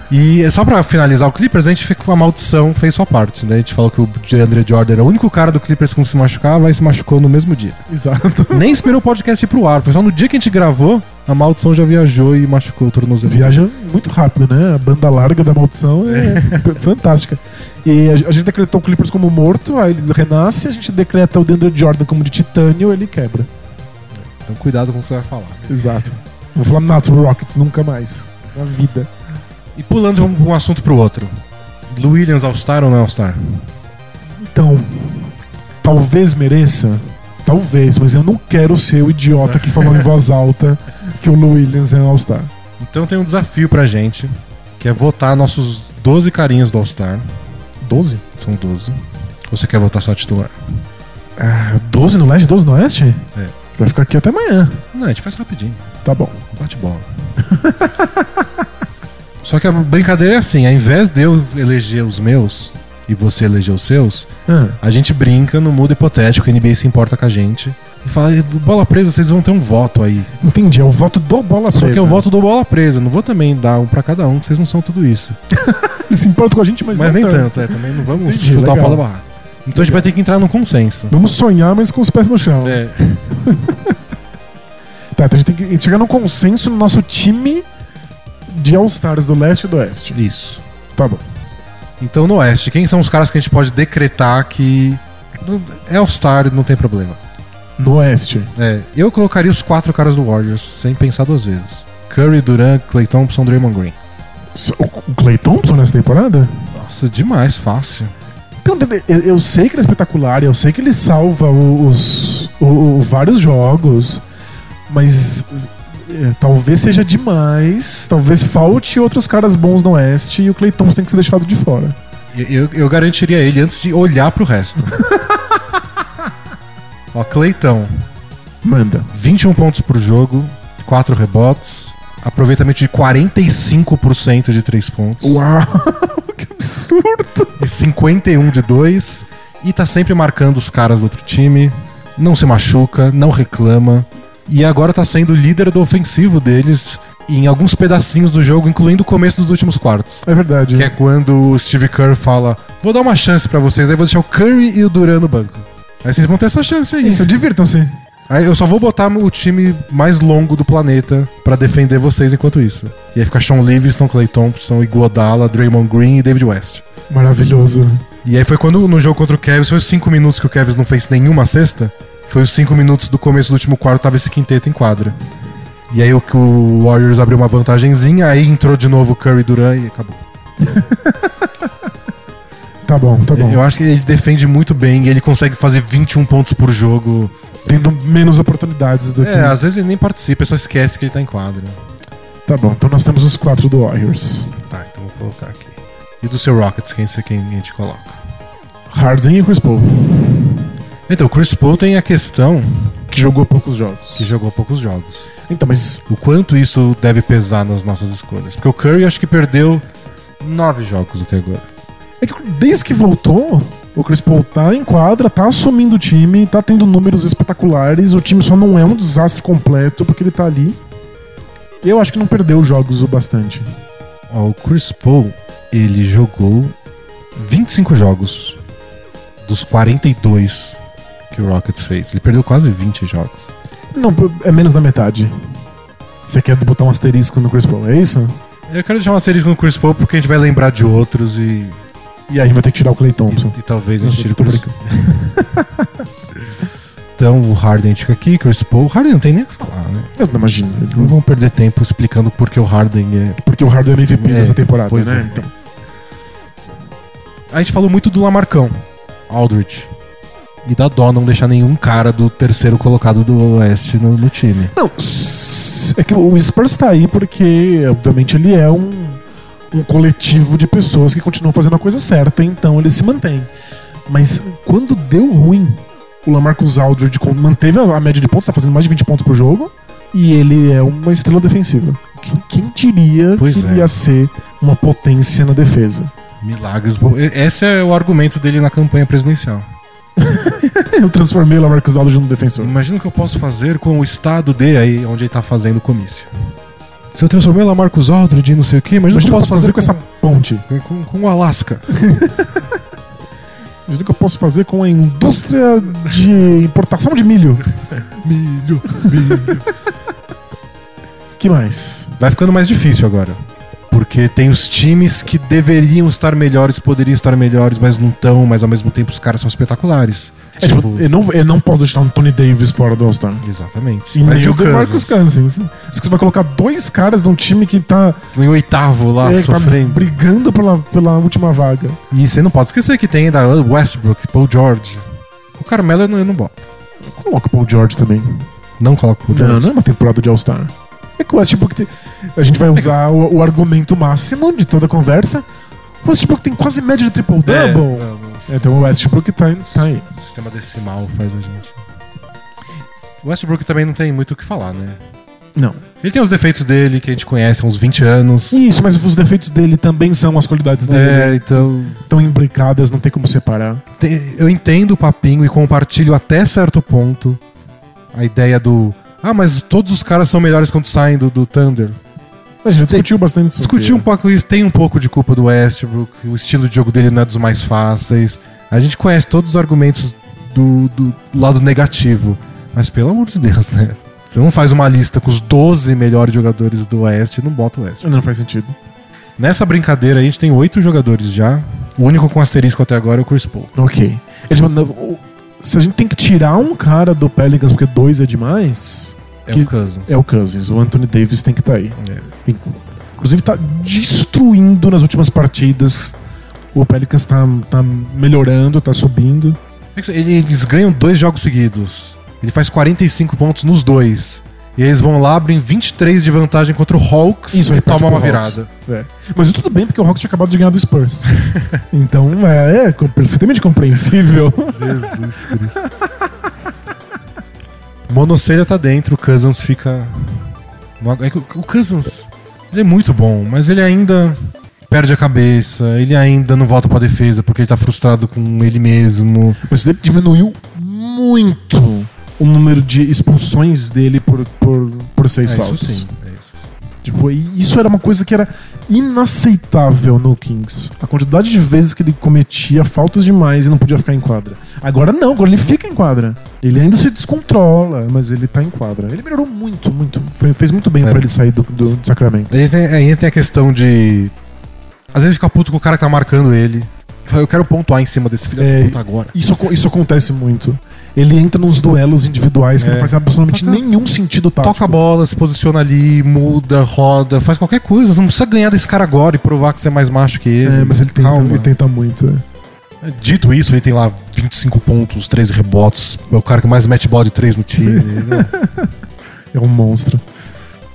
E é só pra finalizar o Clippers, a gente fica com a maldição, fez sua parte, né? A gente falou que o DeAndre Jordan era o único cara do Clippers que não se machucava e se machucou no mesmo [laughs] dia.
Exato.
Nem esperou o podcast ir pro ar, foi só no dia que a gente gravou, a maldição já viajou e machucou o tornozelo.
Viaja muito rápido, né? A banda larga da maldição é p- [laughs] fantástica. E a, a gente decretou o Clippers como morto, aí ele renasce, a gente decreta o Deandre Jordan como de titânio, ele quebra.
Então cuidado com o que você vai falar.
Exato. Vou falar Natural Rockets nunca mais. Na vida.
E pulando de um, um assunto pro outro. Lou Williams All-Star ou não All-Star?
Então, talvez mereça. Talvez, mas eu não quero ser o idiota que falou em voz alta que o Lou Williams é um All-Star.
Então tem um desafio pra gente, que é votar nossos 12 carinhos do All-Star.
12?
São 12. Ou você quer votar só titular?
Ah, 12 no leste, 12 no oeste?
É.
Vai ficar aqui até amanhã.
Não, a gente faz rapidinho.
Tá bom.
Bate bola. [laughs] Só que a brincadeira é assim: ao invés de eu eleger os meus e você eleger os seus,
Ah,
a gente brinca no mundo hipotético, a NBA se importa com a gente. E fala, bola presa, vocês vão ter um voto aí.
entendi, é o voto do bola presa.
Só que eu voto do bola presa, não vou também dar um pra cada um, que vocês não são tudo isso.
Ele se importa com a gente, mas,
Mas,
não
nem tanto, é, também não vamos
Entendi,
chutar o
legal.
pau da barraca. Então a gente vai ter que entrar num consenso.
Vamos sonhar, mas com os pés no chão.
É,
Tá, então a gente tem que chegar num consenso no nosso time de All-Stars do leste e do oeste.
isso.
Tá bom.
Então no Oeste, quem são os caras que a gente pode decretar que. É All-Star, não tem problema.
No oeste.
É, eu colocaria os quatro caras do Warriors, sem pensar duas vezes. Curry, Durant, Clay Thompson, Draymond Green.
O Clay Thompson nessa temporada?
Nossa, demais, fácil.
Então, eu, eu sei que ele é espetacular, eu sei que ele salva os, o- o- vários jogos, mas é, talvez seja demais, talvez falte outros caras bons no Oeste e o Clay Thompson tem que ser deixado de fora.
Eu, eu- eu garantiria ele antes de olhar pro [laughs] resto. Ó, Cleitão,
Manda.
21 pontos por jogo, 4 rebotes, aproveitamento de 45% de 3 pontos
Uau, [laughs] que absurdo!
e 51 de 2 e tá sempre marcando os caras do outro time, não se machuca, não reclama e agora tá sendo o líder do ofensivo deles em alguns pedacinhos do jogo, incluindo o começo dos últimos quartos.
É verdade.
Que é quando o Steve Kerr fala: Vou dar uma chance pra vocês, aí vou deixar o Curry e o Duran no banco. Aí vocês vão ter essa chance aí.
É Isso, divirtam-se.
Aí eu só vou botar o time mais longo do planeta pra defender vocês enquanto isso. E aí fica Sean Livingston, Clay Thompson, Iguodala, Draymond Green e David West.
Maravilhoso.
E aí foi quando no jogo contra o Cavs, foi os 5 minutos que o Cavs não fez nenhuma cesta. Foi os 5 minutos do começo do último quarto, tava esse quinteto em quadra. E aí o, o Warriors abriu uma vantagenzinha, aí entrou de novo o Curry e Duran e acabou.
Tá bom, tá bom.
Eu acho que ele defende muito bem e ele consegue fazer 21 pontos por jogo.
Tendo menos oportunidades do que.
É, às vezes ele nem participa, ele só esquece que ele tá em quadra.
Tá bom, então nós temos os quatro do Warriors:
Tá, então vou colocar aqui. E do seu Rockets, quem você quem a gente coloca?
Harden e Chris Paul,
Então, o Chris Paul tem a questão
que jogou poucos jogos.
que jogou poucos jogos.
Então, mas
O quanto isso deve pesar nas nossas escolhas? Porque o Curry acho que perdeu nove jogos até agora.
É que desde que voltou, o Chris Paul tá em quadra, tá assumindo o time, tá tendo números espetaculares, o time só não é um desastre completo porque ele tá ali. Eu acho que não perdeu jogos o bastante.
Ó, o Chris Paul, ele jogou 25 jogos dos 42 que o Rockets fez. Ele perdeu quase 20 jogos.
Não, é menos da metade. Você quer botar um asterisco no Chris Paul, é isso?
Eu quero deixar uma série com o Chris Paul porque a gente vai lembrar de outros e,
E aí vai ter que tirar o Clay Thompson.
e, e talvez a
Não,
gente tire o
tô
Chris
brincando.
Então o Harden fica aqui, Chris Paul. O Harden não tem nem o que falar, né?
Eu não imagino.
Não vamos perder tempo explicando por que o Harden é.
Porque o Harden é MVP
É,
dessa temporada,
pois
né?
é.
Então,
A gente falou muito do Lamarcão, Aldridge. E dá dó não deixar nenhum cara do terceiro colocado do Oeste no, no time.
Não, s- é que o Spurs tá aí porque, obviamente, ele é um, um coletivo de pessoas que continuam fazendo a coisa certa, então ele se mantém. Mas quando deu ruim, o Lamarcus Aldridge con- manteve a a média de pontos, tá fazendo mais de 20 pontos por jogo, e ele é uma estrela defensiva. Quem, quem diria
Pois
que
é.
ele ia ser uma potência na defesa? [laughs]
Milagres. bo- e- Esse é o argumento dele na campanha presidencial.
Eu transformei o Lamarcus Aldridge num defensor.
Imagina o que eu posso fazer com o estado de aí onde ele tá fazendo o comício. Se eu transformei o Lamarcus Aldridge em não sei o quê, imagina o que eu posso fazer com,
essa ponte?
com, com o Alasca.
Imagina o que eu posso fazer com a indústria de importação de milho.
[laughs] Milho.
que mais?
Vai ficando mais difícil agora. Porque tem os times que deveriam estar melhores, poderiam estar melhores, mas não estão, mas ao mesmo tempo os caras são espetaculares.
É, tipo, eu, não, eu não posso deixar um Tony Davis fora do All-Star.
exatamente.
E
Mas
nem
e
o
o
Marcos
Kansas?
Cousins. Assim, Acho que Você vai colocar dois caras de um time que tá,
Em oitavo lá,
é, tá
sofrendo.
brigando pela, pela última vaga.
E você não pode esquecer que tem ainda Westbrook, Paul George. O Carmelo eu não, eu não boto.
Coloca o Paul George também.
Não coloco o Paul
Não,
George.
não é uma temporada de All-Star. É que o Westbrook tem, A gente vai usar o, o argumento máximo de toda a conversa. O Westbrook tem quase média de triple-double.
não, não.
É, então o Westbrook tá, em- tá aí.
O sistema decimal faz a gente. O Westbrook também não tem muito o que falar, né?
Não.
Ele tem os defeitos dele, que a gente conhece há uns 20 anos.
Isso, mas os defeitos dele também são as qualidades dele.
É, então.
Tão imbricadas, não tem como separar.
Te- eu entendo o papinho e compartilho até certo ponto a ideia do. Ah, mas todos os caras são melhores quando saem do, do Thunder.
A gente discutiu bastante isso.
Discutir um pouco isso, tem um pouco de culpa do Westbrook, o estilo de jogo dele não é dos mais fáceis. A gente conhece todos os argumentos do, do lado negativo. Mas pelo amor de Deus, né? Você não faz uma lista com os 12 melhores jogadores do Oeste e não bota o Westbrook.
Não faz sentido.
Nessa brincadeira aí, a gente tem oito jogadores já. O único com asterisco até agora é o Chris Paul.
Ok. Eles mandam- o- se a gente tem que tirar um cara do Pelicans porque dois é demais,
É
Que-
o Cousins.
é o Cousins. O Anthony Davis tem que estar aí.
É.
E tá Inclusive tá destruindo nas últimas partidas. O Pelicans tá, tá melhorando, tá subindo.
é Eles ganham dois jogos seguidos. Ele faz 45 pontos nos dois. E eles vão lá, abrem 23 de vantagem contra o Hawks
Isso,
e
ele
toma
perde
uma
pro
virada.
É. Mas tudo bem, porque o Hawks tinha acabado de ganhar
[laughs]
do Spurs. então é, é com-
[laughs]
perfeitamente compreensível.
Jesus Cristo. [laughs] Monocelha tá dentro, o Cousins fica. no ag- é que O o Cousins ele é muito bom, mas ele ainda perde a cabeça, ele ainda não volta pra defesa porque ele tá frustrado com ele mesmo.
Mas ele diminuiu muito o número de expulsões dele por, por, por seis
É
faltas.
isso sim, é isso sim.
Tipo, e isso era uma coisa que era inaceitável no Kings. A quantidade de vezes que ele cometia faltas demais e não podia ficar em quadra. Agora não, agora ele fica em quadra. Ele ainda se descontrola, mas ele tá em quadra. Ele melhorou muito, muito. Foi- fez muito bem
É.
pra ele sair do, do Sacramento.
Aí tem, aí tem a questão de. Às vezes fica puto com o cara que tá marcando ele. Fala, Eu quero pontuar em cima desse filho
É,
da puta agora.
Isso, acon- isso acontece muito. Ele entra nos duelos individuais que
É.
não faz absolutamente
Toca-
nenhum sentido tático.
Toca a bola, se posiciona ali, muda, roda, faz qualquer coisa. Você não precisa ganhar desse cara agora e provar que você é mais macho que ele.
É, mas ele tenta,
Calma.
ele tenta muito. é.
Dito isso, ele tem lá 25 pontos, 13 rebotes. É o cara que mais mete bola de 3 no
[laughs]
time. né?
É um monstro.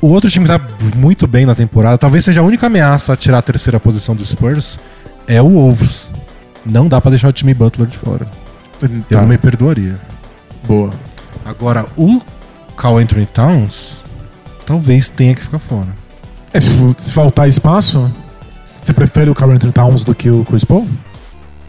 o outro time que tá muito bem na temporada, talvez seja a única ameaça a tirar a terceira posição do Spurs, é o Wolves. Não dá pra deixar o time Butler de fora. Eu
Tá,
não me perdoaria.
Boa.
Agora, o Carl Anthony Towns talvez tenha que ficar fora.
É, se, fu- se faltar espaço, você prefere o Carl Anthony Towns do que o Chris Paul?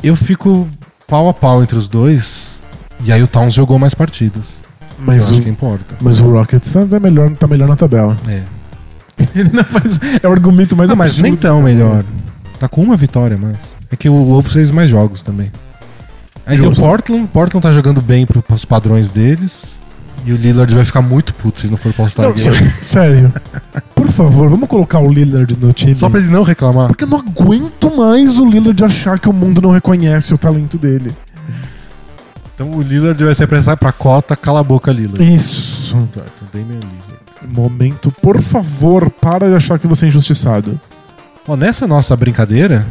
Eu fico pau a pau entre os dois. E aí o Towns jogou mais partidas.
Mas
eu
o,
acho que importa.
mas o Rockets tá tá melhor, tá melhor na tabela.
É.
[laughs] Ele não faz. É o argumento mais
Mas, ah, mas
absurdo.
nem tão melhor. Tá com uma vitória mais. É que o Wolves fez mais jogos também. Aí tem o
Justo.
Portland. Portland tá jogando bem pro- pros padrões deles. E o Lillard vai ficar muito puto se ele não for postar
Não,
aqui.
sé- [laughs] sério. Por favor, vamos colocar o Lillard no time.
Só pra ele não reclamar.
Porque eu não aguento mais o Lillard achar que o mundo não reconhece o talento dele.
Então o Lillard vai se apressar pra cota. Cala a boca, Lillard.
Isso.
Tá, então Damian Lillard.
Momento, por favor, para de achar que você é injustiçado.
Ó, nessa nossa brincadeira,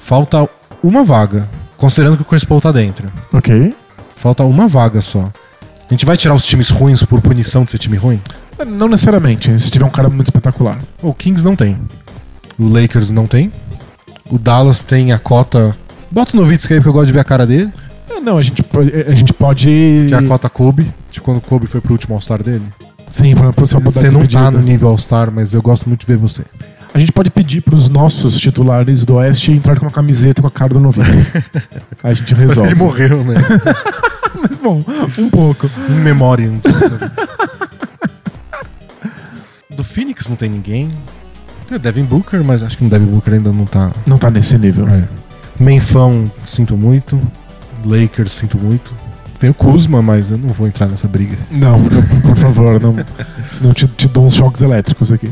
falta uma vaga. Considerando que o Chris Paul tá dentro.
Ok.
Falta uma vaga só. A gente vai tirar os times ruins por punição de ser time ruim?
Não necessariamente, se tiver um cara muito espetacular.
O Kings não tem. O Lakers não tem. O Dallas tem a cota. Bota o Novitsky aí porque eu gosto de ver a cara dele.
Ah, Não, a gente, po- a gente pode.
Que é a cota Kobe. De quando o Kobe foi pro último All-Star dele.
Sim, pra, pra, só pra dar
Você não tá
despedida.
no nível All-Star, mas eu gosto muito de ver você.
A gente pode pedir pros nossos titulares do Oeste entrar com uma camiseta com a cara do [laughs] Novitsky. a gente resolve.
morreu, né?
Mas bom, um pouco.
In memoriam. do Nowitzki. Do Phoenix não tem ninguém. Tem o Devin Booker, mas acho que o Devin Booker ainda não tá.
Não tá nesse nível.
É. Menfão, sinto muito. Lakers, sinto muito. Tem o Kuzma, mas eu não vou entrar nessa briga.
Não, não, por favor, não. Senão eu te, te dou uns choques elétricos aqui.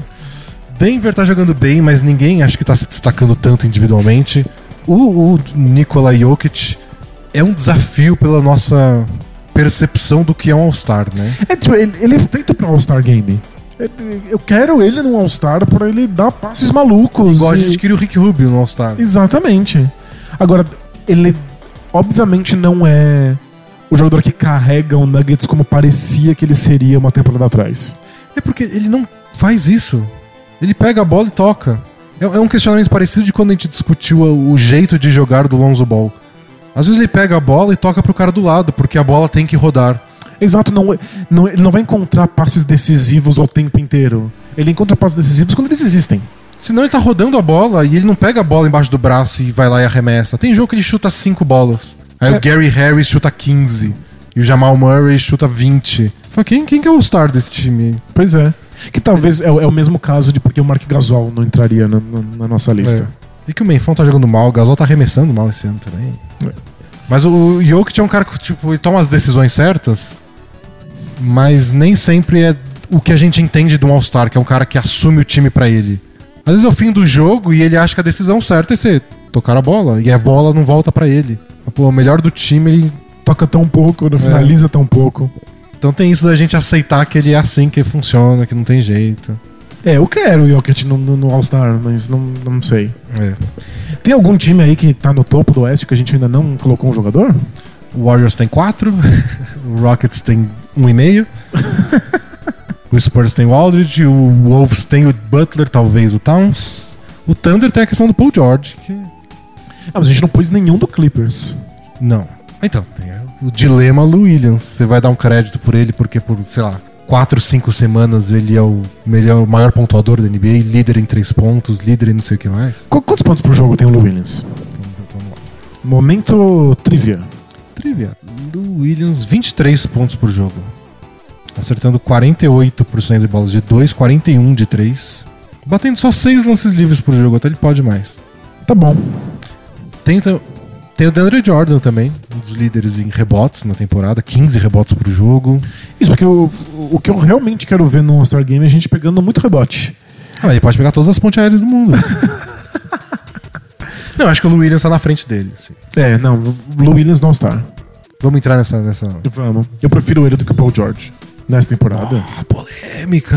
Denver tá jogando bem, mas ninguém acho que tá se destacando tanto individualmente. O, o Nikola Jokic é um desafio pela nossa percepção do que é um All-Star, né?
É, tipo, ele, ele é feito pra All-Star Game. Ele- Eu quero ele no All-Star pra ele dar passes malucos.
Igual a
e-
gente queria o Rick Rubio no All-Star.
Exatamente. Agora, ele obviamente não é o jogador que carrega o Nuggets como parecia que ele seria uma temporada atrás.
É porque ele não faz isso. Ele pega a bola e toca. É, é um questionamento parecido de quando a gente discutiu o, o jeito de jogar do Lonzo Ball. Às vezes ele pega a bola e toca pro cara do lado, porque a bola tem que rodar.
Exato, não, é, não- ele não vai encontrar passes decisivos o tempo inteiro. Ele encontra passes decisivos quando eles existem.
Senão ele tá rodando a bola e ele não pega a bola embaixo do braço e vai lá e arremessa. Tem jogo que ele chuta 5 bolas. Aí
É.
o Gary Harris chuta 15. E o Jamal Murray chuta 20. Fala, quem, quem que é o star desse time?
Pois é. Que talvez é, o- é o mesmo caso de porque o Mark Gasol não entraria na, na- na nossa lista.
É. E que o Menfão tá jogando mal, o Gasol tá arremessando mal esse ano também.
É.
Mas o Jokic é um cara que tipo, ele toma as decisões certas, mas nem sempre é o que a gente entende de um All-Star, que é um cara que assume o time pra ele. Às vezes é o fim do jogo e ele acha que a decisão certa é ser tocar a bola, e a bola não volta pra ele. Mas, Pô, o melhor do time, ele...
Toca tão pouco, não finaliza tão pouco.
então tem isso da gente aceitar que ele é assim que funciona, que não tem jeito.
É, eu quero o Jokic no, no, no All-Star, mas não, não sei.
É.
Tem algum time aí que tá no topo do Oeste que a gente ainda não colocou um jogador?
O Warriors tem quatro, [laughs] o Rockets tem um e meio, o Spurs tem o Aldridge, o Wolves tem o Butler, talvez o Towns. O Thunder tem a questão do Paul George, que
Ah, mas a gente não pôs nenhum do Clippers.
Não. Então, tem o dilema Lou Williams. Você vai dar um crédito por ele porque por, sei lá, 4, 5 semanas ele é o melhor, o maior pontuador da NBA, líder em três pontos, líder em não sei o que mais.
Qu- quantos pontos por jogo tem o Lou Williams?
Então, então, vamos lá.
Momento trivia.
Trivia. Lou Williams, 23 pontos por jogo. Acertando 48% de bolas de 2, 41 de 3. Batendo só 6 lances livres por jogo, até ele pode mais.
Tá bom.
Tem, então- tem o DeAndre Jordan também, um dos líderes em rebotes na temporada, 15 rebotes por jogo.
Isso, porque o, o que eu realmente quero ver no All-Star Game é a gente pegando muito rebote.
Ah, mas ele pode pegar todas as pontes aéreas do mundo. [laughs] não, acho que o Lou Williams tá na frente dele. assim.
É, não, o Lou Williams no All-Star.
Vamos entrar nessa. nessa...
Vamos. Eu prefiro ele do que o Paul George nessa temporada.
Ah, polêmica!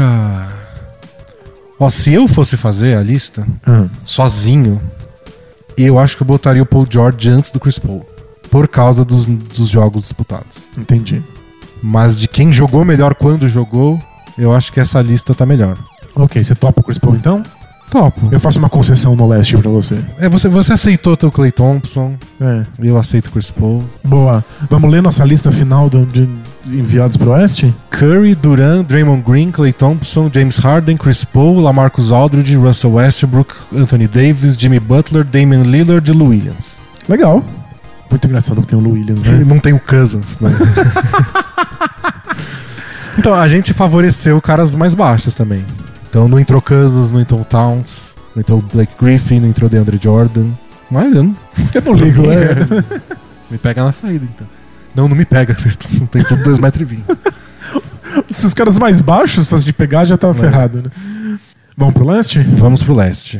Ó, se eu fosse fazer a lista
Ah.
sozinho, eu acho que eu botaria o Paul George antes do Chris Paul. Por causa dos, dos jogos disputados.
Entendi.
Mas de quem jogou melhor quando jogou, eu acho que essa lista tá melhor.
Ok, você topa o Chris Paul então?
Topo.
Eu faço uma concessão no leste pra você.
É, você, você aceitou o Clay Thompson,
É.
eu aceito o Chris Paul.
Boa. Vamos ler nossa lista final do- de enviados pro oeste?
Curry, Duran, Draymond Green, Clay Thompson, James Harden, Chris Paul, Lamarcus Aldridge, Russell Westbrook, Anthony Davis, Jimmy Butler, Damian Lillard e Lou Williams.
Legal. Muito engraçado que tem o Lou Williams, né?
Não tem o Cousins, [laughs] né? então, a gente favoreceu caras mais baixos também. Então, não entrou Cousins, não entrou Towns, não entrou Blake Griffin, não entrou DeAndre Jordan. Mas eu não,
[laughs] Eu não ligo, é.
me pega na saída, então. Não, não me pega, [laughs] vocês estão- tem tudo 2,20m.
[laughs] Se os caras mais baixos fossem de pegar, já tava
Não.
ferrado, né? Vamos pro leste?
Vamos pro leste.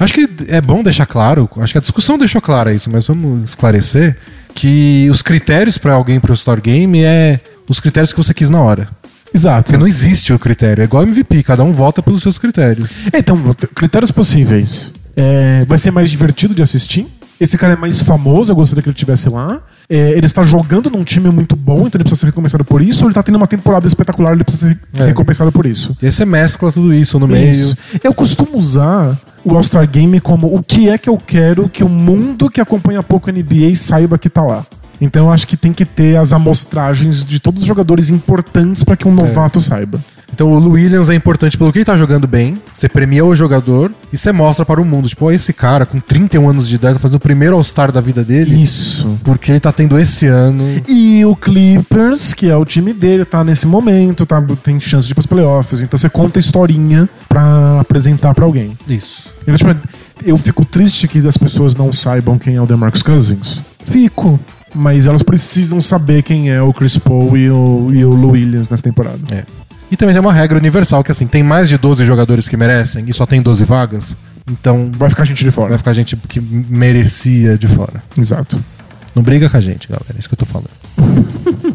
Acho que é bom deixar claro, acho que a discussão deixou clara isso, mas vamos esclarecer que os critérios para alguém pro Star Game é os critérios que você quis na hora.
Exato.
Porque não existe o critério, é igual MVP, cada um vota pelos seus critérios.
É, Então, critérios possíveis. É, vai ser mais divertido de assistir. Esse cara é mais famoso, eu gostaria que ele estivesse lá. É, ele está jogando num time muito bom, então ele precisa ser recompensado por isso. Ou ele está tendo uma temporada espetacular, ele precisa ser ser
É.
recompensado por isso.
E aí você mescla tudo isso no meio.
Isso. Eu costumo usar o All-Star Game como o que é que eu quero que o mundo que acompanha pouco a NBA saiba que tá lá. Então eu acho que tem que ter as amostragens de todos os jogadores importantes para que um novato saiba.
Então o Lou Williams é importante pelo que ele tá jogando bem, você premia o jogador e você mostra para o mundo, tipo, ó, esse cara com 31 anos de idade tá fazendo o primeiro All-Star da vida dele,
Isso.
porque ele tá tendo esse ano.
E o Clippers, que é o time dele, tá nesse momento, tá, tem chance de ir pros playoffs. Então você conta a historinha pra apresentar pra alguém.
Isso.
Então, tipo, eu fico triste que as pessoas não saibam quem é o DeMarcus Cousins. Fico. Mas elas precisam saber quem é o Chris Paul e o, e o Lou Williams nessa temporada.
É. E também tem uma regra universal que assim, tem mais de 12 jogadores que merecem e só tem 12 vagas, então
Vai ficar gente de fora.
vai ficar gente que merecia de fora.
Exato.
Não briga com a gente, galera, é isso que eu tô falando.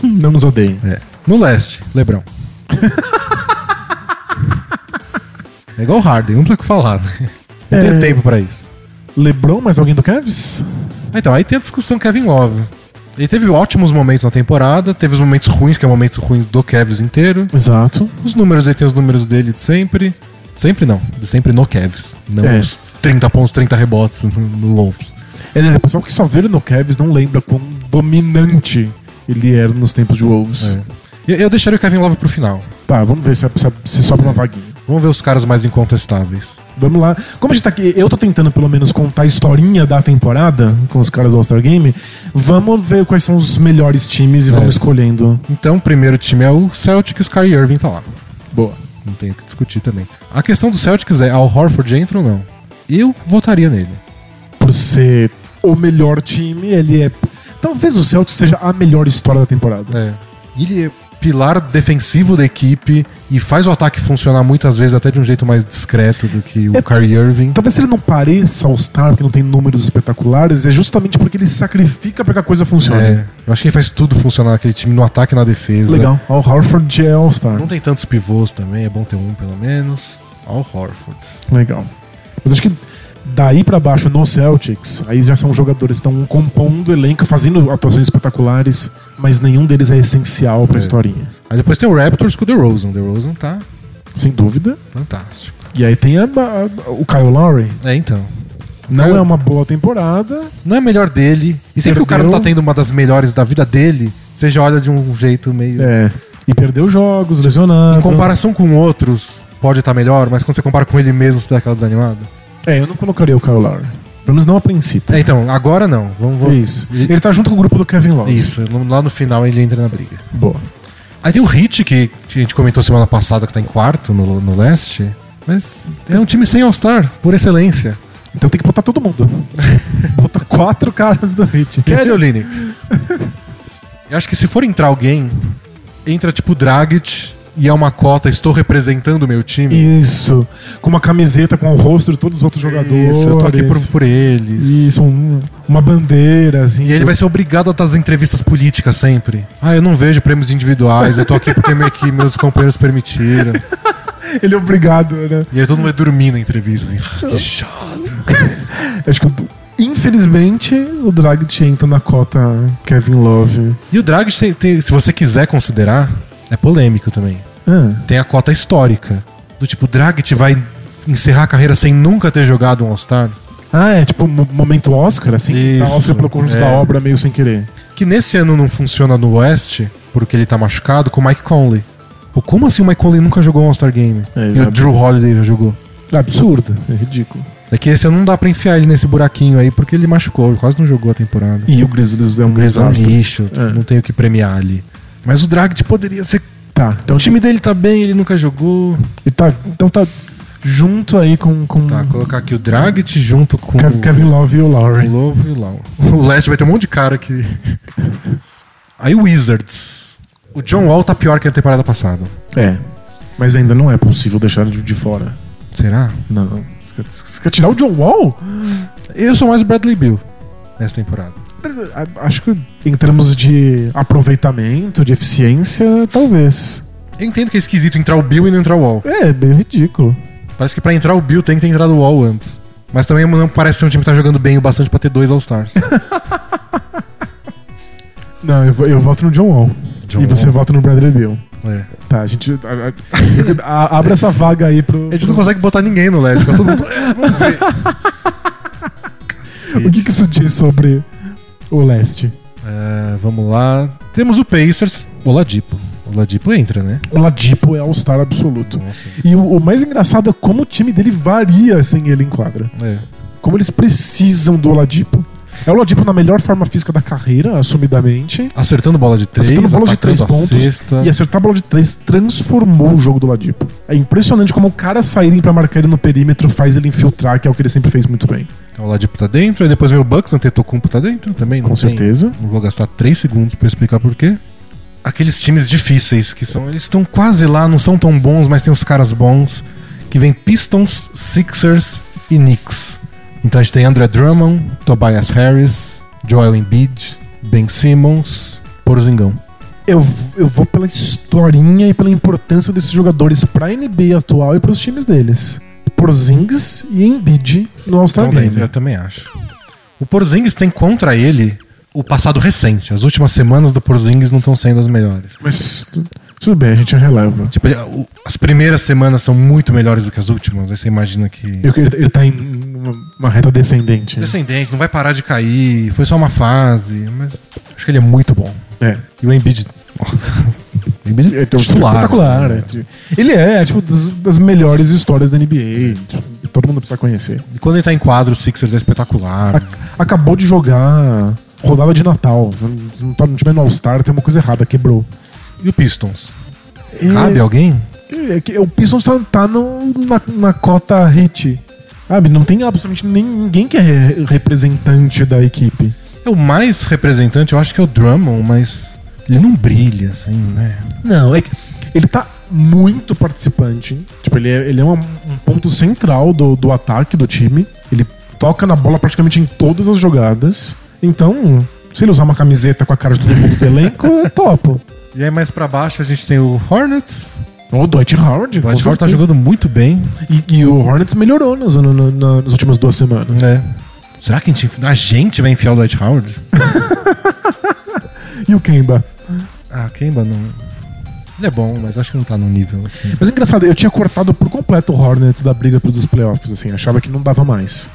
Não nos odeiem.
É. No leste, Lebrão. é igual o Harden, não precisa o que falar, né? Não
É.
tem tempo pra isso.
Lebron, mais alguém do Cavs?
Ah, Então, aí tem a discussão Kevin Love. Ele teve ótimos momentos na temporada, teve os momentos ruins, que é o momento ruim do Cavs inteiro.
Exato.
Os números, ele tem os números dele de sempre. Sempre não, de sempre no Cavs. Não
É.
os 30 pontos, 30 rebotes no- no Wolves.
Ele, é o pessoal que só vê ele no Cavs não lembra quão dominante ele era nos tempos de Wolves.
É. Eu, eu deixaria o Kevin Love pro final.
Tá, vamos ver se, se, se sobra uma vaguinha.
Vamos ver os caras mais incontestáveis.
Vamos lá. Como a gente tá aqui, eu tô tentando pelo menos contar a historinha da temporada com os caras do All-Star Game. Vamos ver quais são os melhores times e
É.
vamos escolhendo.
Então, o primeiro time é o Celtics, Kyrie Irving tá lá.
Boa.
Não tem o que discutir também. A questão do Celtics é, Al Horford entra ou não? Eu votaria nele.
Por ser o melhor time, ele é. Talvez o Celtics seja a melhor história da temporada.
É. Ele é pilar defensivo da equipe e faz o ataque funcionar muitas vezes até de um jeito mais discreto do que o
É.
Kyrie Irving.
Talvez ele não pareça All-Star, porque não tem números espetaculares, é justamente porque ele se sacrifica pra que a coisa funcione.
É, eu acho que ele faz tudo funcionar aquele time no ataque e na defesa.
Legal. O Harford é All-Star.
Não tem tantos pivôs também, é bom ter um pelo menos. Al Horford.
Legal. Mas acho que daí pra baixo no Celtics, aí já são jogadores que estão compondo o elenco, fazendo atuações espetaculares, mas nenhum deles é essencial pra
É.
historinha.
Aí depois tem o Raptors com o DeRozan. O DeRozan tá
Sem dúvida.
fantástico.
E aí tem a- a- o Kyle Lowry.
É, então.
Não
Kyle-
é uma boa temporada.
Não é melhor dele. E sempre que o cara não tá
Perdeu.
tendo uma das melhores da vida dele, você já olha de um jeito meio.
É. E perdeu jogos, lesionado.
Em comparação com outros, pode estar melhor, mas quando você compara com ele mesmo, você dá aquela desanimada.
É, eu não colocaria o Kyle Lowry. Pelo menos não a princípio.
É, então, agora não. Vamos, vamos-
Isso. Ele tá junto com o grupo do Kevin Love.
Isso, no- lá no final ele entra na briga.
Boa.
Aí tem o Hit, que que a gente comentou semana passada que tá em quarto no, no leste. Mas é um time sem All-Star, por excelência.
Então tem que botar
[laughs]
todo mundo. Bota quatro caras do Hit.
Kelly Olinick. é, Eu acho que se for entrar alguém, entra tipo Dragic e é uma cota, estou representando o meu time.
Isso. Com uma camiseta com o rosto de todos os outros jogadores.
Isso, eu tô aqui por, por eles.
Isso, um- uma bandeira, assim.
E ele vai ser obrigado a estar nas entrevistas políticas sempre. Ah, eu não vejo prêmios individuais, eu tô aqui porque meio que meus companheiros permitiram.
Ele é obrigado, né?
E aí todo mundo vai dormir na entrevista, assim. "Ah, Que chato.
Acho que, infelizmente, o Dragit entra na cota Kevin Love.
E o Drag, tem- tem- se você quiser considerar, é polêmico também.
Ah,
Tem a cota histórica. Do tipo, Dragit vai encerrar a carreira sem nunca ter jogado um All-Star.
Ah, é tipo um mo- momento Oscar, assim?
Isso.
Dá Oscar pelo conjunto
É.
da obra, meio sem querer.
Que nesse ano não funciona no Oeste, porque ele tá machucado, com o Mike Conley. Pô, como assim o Mike Conley nunca jogou um All-Star Game?
É,
e o
ab-
Drew Holiday já jogou.
absurdo. É ridículo.
É que esse ano não dá pra enfiar ele nesse buraquinho aí, porque ele machucou, ele quase não jogou a temporada.
E o Grizzlies é um
Mas é um
desastre.
lixo,
É.
não tem o que premiar ali. Mas o Dragit poderia ser.
Tá, então
O time dele tá bem, ele nunca jogou.
ele tá, então tá junto aí com, com
Tá, colocar aqui o Dragit junto com
Hum. Kev- Kevin Love e o
o
Lowry.
Love e o Lau. O Leste vai ter um monte de cara que. Aí o Wizards. O John Wall tá pior que a temporada passada.
É. Mas ainda não é possível deixar ele de, de fora.
Será?
Não. Você quer, você quer tirar o John Wall?
Eu sou mais o Bradley Bill nessa temporada.
A- Acho que em termos de aproveitamento, de eficiência, talvez.
Eu entendo que é esquisito entrar o Bill e não entrar o Wall.
É, é bem ridículo.
Parece que pra entrar o Bill tem que ter entrado o Wall antes. Mas também não parece ser um time que tá jogando bem o bastante pra ter dois All-Stars.
Não, eu, vo- eu voto no John Wall.
John
e você vota no Bradley Bill.
Wall. É.
Tá, a gente. a- a- a- abre essa vaga aí pro.
A gente não consegue botar ninguém no Leste, fica todo mundo. É, vamos ver.
O que, que isso diz sobre o leste?
É, vamos lá. Temos o Pacers. Oladipo. Oladipo entra, né?
O Ladipo é all-star absoluto.
Nossa.
E o, o mais engraçado é como o time dele varia sem ele em quadra.
É.
Como eles precisam do Oladipo. É o Oladipo na melhor forma física da carreira, assumidamente.
Acertando bola de três,
Acertando bolas de
atacando
três
a
pontos
cesta.
E acertar a bola de três transformou o jogo do Oladipo. É impressionante como o cara saírem pra marcar ele no perímetro faz ele infiltrar, que é o que ele sempre fez muito bem.
Então, o Oladipo tá dentro, aí depois vem o Bucks, Antetokounmpo tá dentro também. não
Com
tem-
certeza.
Não vou gastar três segundos pra explicar por quê. Aqueles times difíceis que são... Eles estão quase lá, não são tão bons, mas tem os caras bons. Que vem Pistons, Sixers e Knicks. Então a gente tem André Drummond, Tobias Harris, Joel Embiid, Ben Simmons, Porzingão.
Eu, v- eu vou pela historinha e pela importância desses jogadores pra NBA atual e pros times deles. Porzingis e Embiid no All-Star
Também, é.
Game.
eu também acho. né? O Porzingis tem contra ele o passado recente. As últimas semanas do Porzingis não estão sendo as melhores.
Mas tudo bem, a gente releva.
Tipo, ele- o- as primeiras semanas são muito melhores do que as últimas. Aí você imagina que.
Eu, ele, ele tá em uma, uma reta descendente. né?
É. Descendente, não vai parar de cair. Foi só uma fase. Mas acho que ele é muito bom.
É.
E o Embiid. Nossa. [laughs] O Embiid
É, tem um super espetacular. é, tipo, Ele é, tipo, das, das melhores histórias da NBA. tipo, todo mundo precisa conhecer.
E quando ele tá em quadro, o Sixers é espetacular.
A- acabou de jogar rodada de Natal. Se não- Se não, tá, não tiver no All-Star, tem uma coisa errada, quebrou. Ah,
E o Pistons?
E-
Cabe alguém?
É que o Pistons tá, tá no- na, na cota hit. Sabe, não tem absolutamente nem- ninguém que é re- representante da equipe.
É o mais representante, eu acho que é o Drummond, mas ele não brilha, assim, né?
Não, é que ele tá muito participante. Tipo, ele é, ele é um, um ponto central do, do ataque do time. Ele toca na bola praticamente em todas as jogadas. Então, se ele usar uma é camiseta com a cara de todo mundo do elenco, eu topo.
E aí mais pra baixo a gente tem o Hornets,
O Dwight Howard.
O
com
Dwight Howard tá
certeza.
jogando muito bem.
E, e o Hornets melhorou nas, no- no- na- nas últimas duas semanas.
né? Será que a gente, a gente vai enfiar o Dwight Howard?
E o Kemba?
Ah, Kemba não. Ele é bom, mas acho que não tá num nível assim.
Mas é engraçado, eu tinha cortado por completo o Hornets da briga pelos playoffs, assim, achava que não dava mais.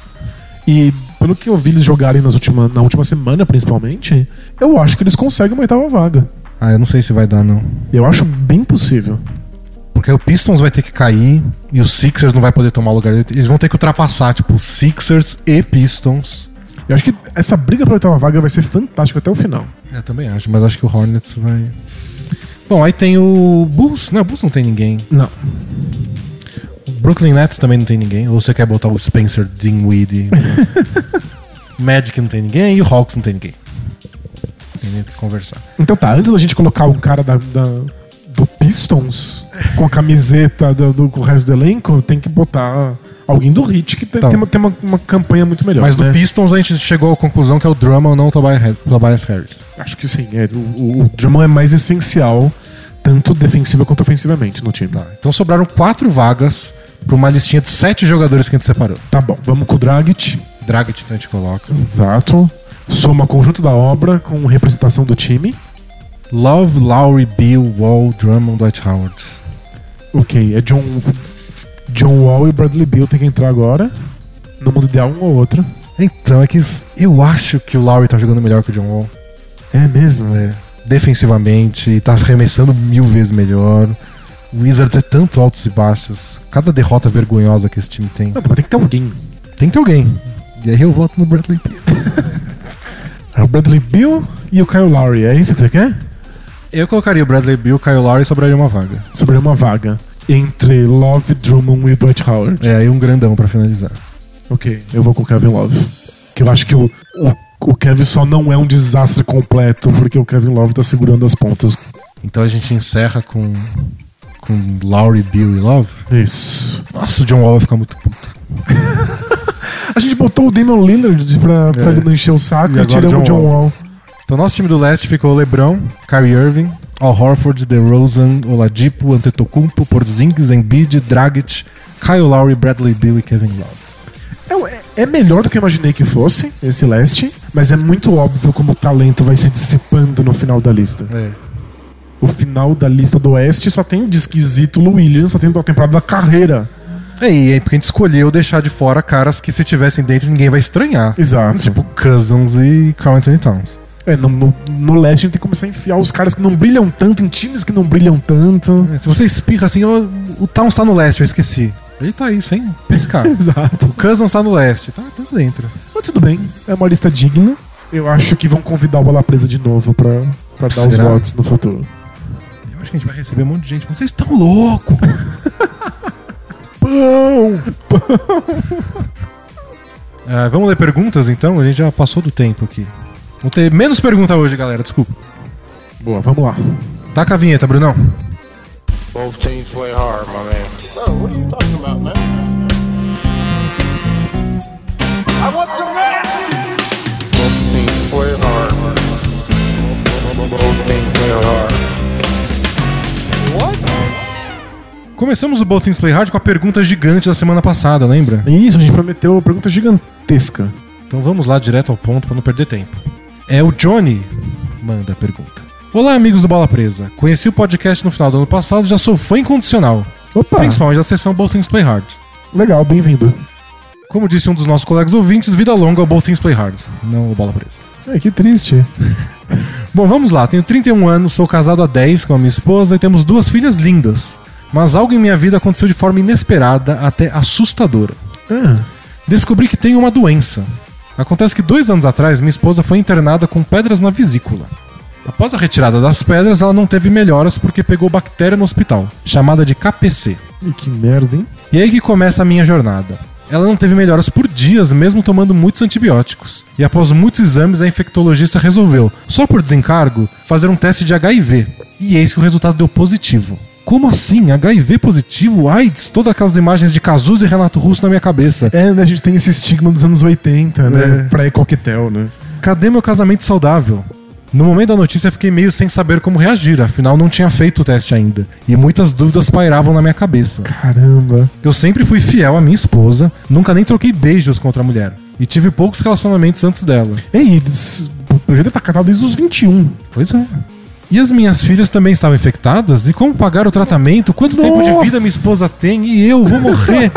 E pelo que eu vi eles jogarem nas última, na última semana, principalmente, eu acho que eles conseguem uma oitava vaga.
Ah, eu não sei se vai dar, não.
Eu acho bem possível.
Porque o Pistons vai ter que cair e o Sixers não vai poder tomar o lugar dele. Eles vão ter que ultrapassar, tipo, Sixers e Pistons.
Eu acho que essa briga pela oitava vaga vai ser fantástica até o final.
Eu É, também acho, mas acho que o Hornets vai. Bom, aí tem o Bulls. Não, o Bulls não tem ninguém.
Não.
O Brooklyn Nets também não tem ninguém. Ou você quer botar o Spencer
[laughs]
Dinwiddie? Magic não tem ninguém e o Hawks não tem ninguém. Não Tem nem o que conversar.
Então tá, antes da gente colocar um cara da, da- do Pistons com a camiseta do, do- com o resto do elenco, tem que botar alguém do Hit que tem,
Tá.
tem uma, tem uma- uma campanha muito melhor.
Mas do
né?
Pistons a gente chegou à conclusão que é o Drummond, não o Tobias Har- Tobias Harris.
Acho que sim. é, o, o, o Drummond é mais essencial, tanto defensiva quanto ofensivamente no time.
Tá,
Tá,
então sobraram quatro vagas para uma listinha de sete jogadores que a gente separou.
Tá bom, vamos com o Dragic.
Dragic então a gente coloca.
Exato. Soma conjunto da obra com representação do time.
Love, Lowry, Bill, Wall, Drummond, Dwight Howard.
Ok, é John, John Wall e Bradley Beal tem que entrar agora. No mundo ideal, um ou outro.
Então, é que s- eu acho que o Lowry tá jogando melhor que o John Wall.
É mesmo,
É, defensivamente, tá se arremessando mil vezes melhor. O Wizards é tanto altos e baixos. Cada derrota vergonhosa que esse time tem.
Mas tem que ter alguém.
Tem que ter alguém. E aí eu voto no Bradley Beal.
É o Bradley Beal e o Kyle Lowry. É isso que você quer?
Eu colocaria o Bradley Beal, Kyle Lowry e sobraria uma vaga.
Sobre uma vaga entre Love, Drummond e Dwight Howard.
É, aí um grandão pra finalizar.
Ok, eu vou com o Kevin Love. Que eu acho que o, o, o Kevin só não é um desastre completo, porque o Kevin Love tá segurando as pontas.
Então a gente encerra com com Lowry, Bill e Love.
Isso.
Nossa, o John Wall vai ficar muito puto.
A gente botou o Damian Lillard pra, pra
É.
ele não encher o saco
E
e,
agora
tiramos o
John
John Wall.
Então nosso time do leste ficou LeBron, Kyrie Irving, Al Horford, DeRozan, Oladipo, Antetokounmpo, Porzingis, Embiid, Dragic, Kyle Lowry, Bradley Bill e Kevin Love.
É, é melhor do que eu imaginei que fosse, esse leste, mas é muito óbvio como o talento vai se dissipando no final da lista.
É.
O final da lista do oeste só tem o de esquisito Lou Williams, só tem a temporada da carreira.
É, E aí, porque a gente escolheu deixar de fora caras que se tivessem dentro ninguém vai estranhar.
Exato.
Tipo Cousins e Carl Anthony Towns.
É, no, no, no leste a gente tem que começar a enfiar os caras que não brilham tanto em times que não brilham tanto.
Se você espirra assim, ó, o Towns tá no leste, eu esqueci. Ele tá aí, sem pescar.
[laughs] Exato.
o Cousins tá no leste, tá, tá dentro.
Mas tudo bem, é uma lista digna. Eu acho que vão convidar o Bola Presa de novo pra, pra dar os
Será?
votos no futuro.
Eu acho que a gente vai receber um monte de gente. falando, Vocês estão loucos! [laughs]
Pão!
Ah, vamos ler perguntas então? A gente já passou do tempo aqui. Vão ter menos pergunta hoje, galera, desculpa.
Boa, vamos lá.
Taca a vinheta, Brunão.
Both teams play hard, my man. Both teams play hard. Both teams play hard.
Começamos o Both Things Play Hard com a pergunta gigante da semana passada, lembra?
Isso, a gente prometeu uma pergunta gigantesca.
Então vamos lá direto ao ponto para não perder tempo. É o Johnny manda a pergunta. Olá, amigos do Bola Presa. Conheci o podcast no final do ano passado, já sou fã incondicional,
Opa,
principalmente da sessão Both Things Play Hard.
legal, bem-vindo.
Como disse um dos nossos colegas ouvintes, vida longa ao Both Things Play Hard, não o Bola Presa.
É, que triste.
Bom, vamos lá. Tenho 31 anos, sou casado há 10 com a minha esposa e temos duas filhas lindas. Mas algo em minha vida aconteceu de forma inesperada, até assustadora.
Ah,
Descobri que tenho uma doença. Acontece que dois anos atrás, minha esposa foi internada com pedras na vesícula. Após a retirada das pedras, ela não teve melhoras porque pegou bactéria no hospital, chamada de KPC.
e que merda, hein?
E aí que começa a minha jornada. Ela não teve melhoras por dias, mesmo tomando muitos antibióticos. E após muitos exames, a infectologista resolveu, só por desencargo, fazer um teste de HIV. E eis que o resultado deu positivo. Como assim? HIV positivo? AIDS? Todas aquelas imagens de Cazuza e Renato Russo na minha cabeça.
É, né, a gente tem É. esse estigma dos anos 80, né? Pré-coquetel, né?
Cadê meu casamento saudável? No momento da notícia, eu fiquei meio sem saber como reagir, afinal não tinha feito o teste ainda. E muitas dúvidas pairavam na minha cabeça.
Caramba.
Eu sempre fui fiel à minha esposa, nunca nem troquei beijos contra a mulher. E tive poucos relacionamentos antes dela.
Ei, eles. O jeito tá casado desde os 21.
Pois é. E as minhas filhas também estavam infectadas? E como pagar o tratamento? Quanto tempo de
Nossa.
vida minha esposa tem? E eu vou
[laughs]
morrer?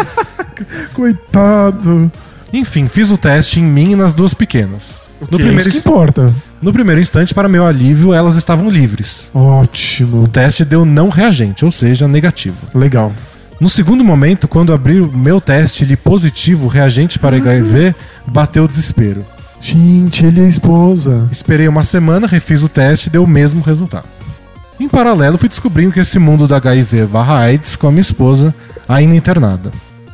Coitado.
Enfim, fiz o teste em mim e nas duas pequenas. No
Que é
primeiro,
isso que
ins-
importa.
no primeiro instante, para meu alívio, elas estavam livres.
Ótimo.
O teste deu não reagente, ou seja, negativo.
Legal.
No segundo momento, quando abri o meu teste ele positivo, reagente para HIV, bateu o desespero.
Gente, ele é a esposa.
Esperei uma semana, refiz o teste e deu o mesmo resultado. Em paralelo, fui descobrindo que esse mundo da HIV barra AIDS com a minha esposa, ainda é internada.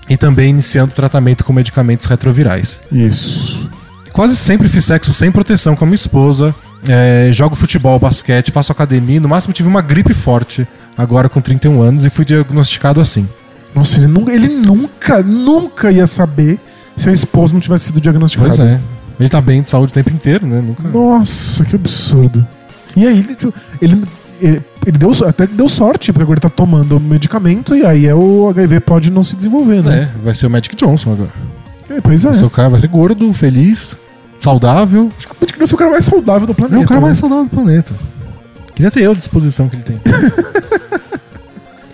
E também iniciando tratamento com medicamentos retrovirais.
Isso.
Quase sempre fiz sexo sem proteção com a minha esposa. é, jogo futebol, basquete, faço academia. e No máximo tive uma gripe forte, agora com 31 anos, e fui diagnosticado assim.
Nossa, ele nunca, ele nunca, nunca ia saber se a esposa não tivesse sido diagnosticada.
Pois é. Ele tá bem de saúde o tempo inteiro, né? Nunca...
Nossa, que absurdo. E aí, ele, tipo, ele, ele, ele deu, até que deu sorte, porque agora ele tá tomando o medicamento e aí é o HIV pode não se desenvolver, né?
É, vai ser o Magic Johnson agora.
É, pois é.
Vai ser o cara vai ser gordo, feliz, saudável.
Acho que o Patrick Nilsson é o cara mais saudável do
É
planeta.
o cara mais
né?
saudável do planeta. Queria ter eu à disposição que ele
[laughs]
tem.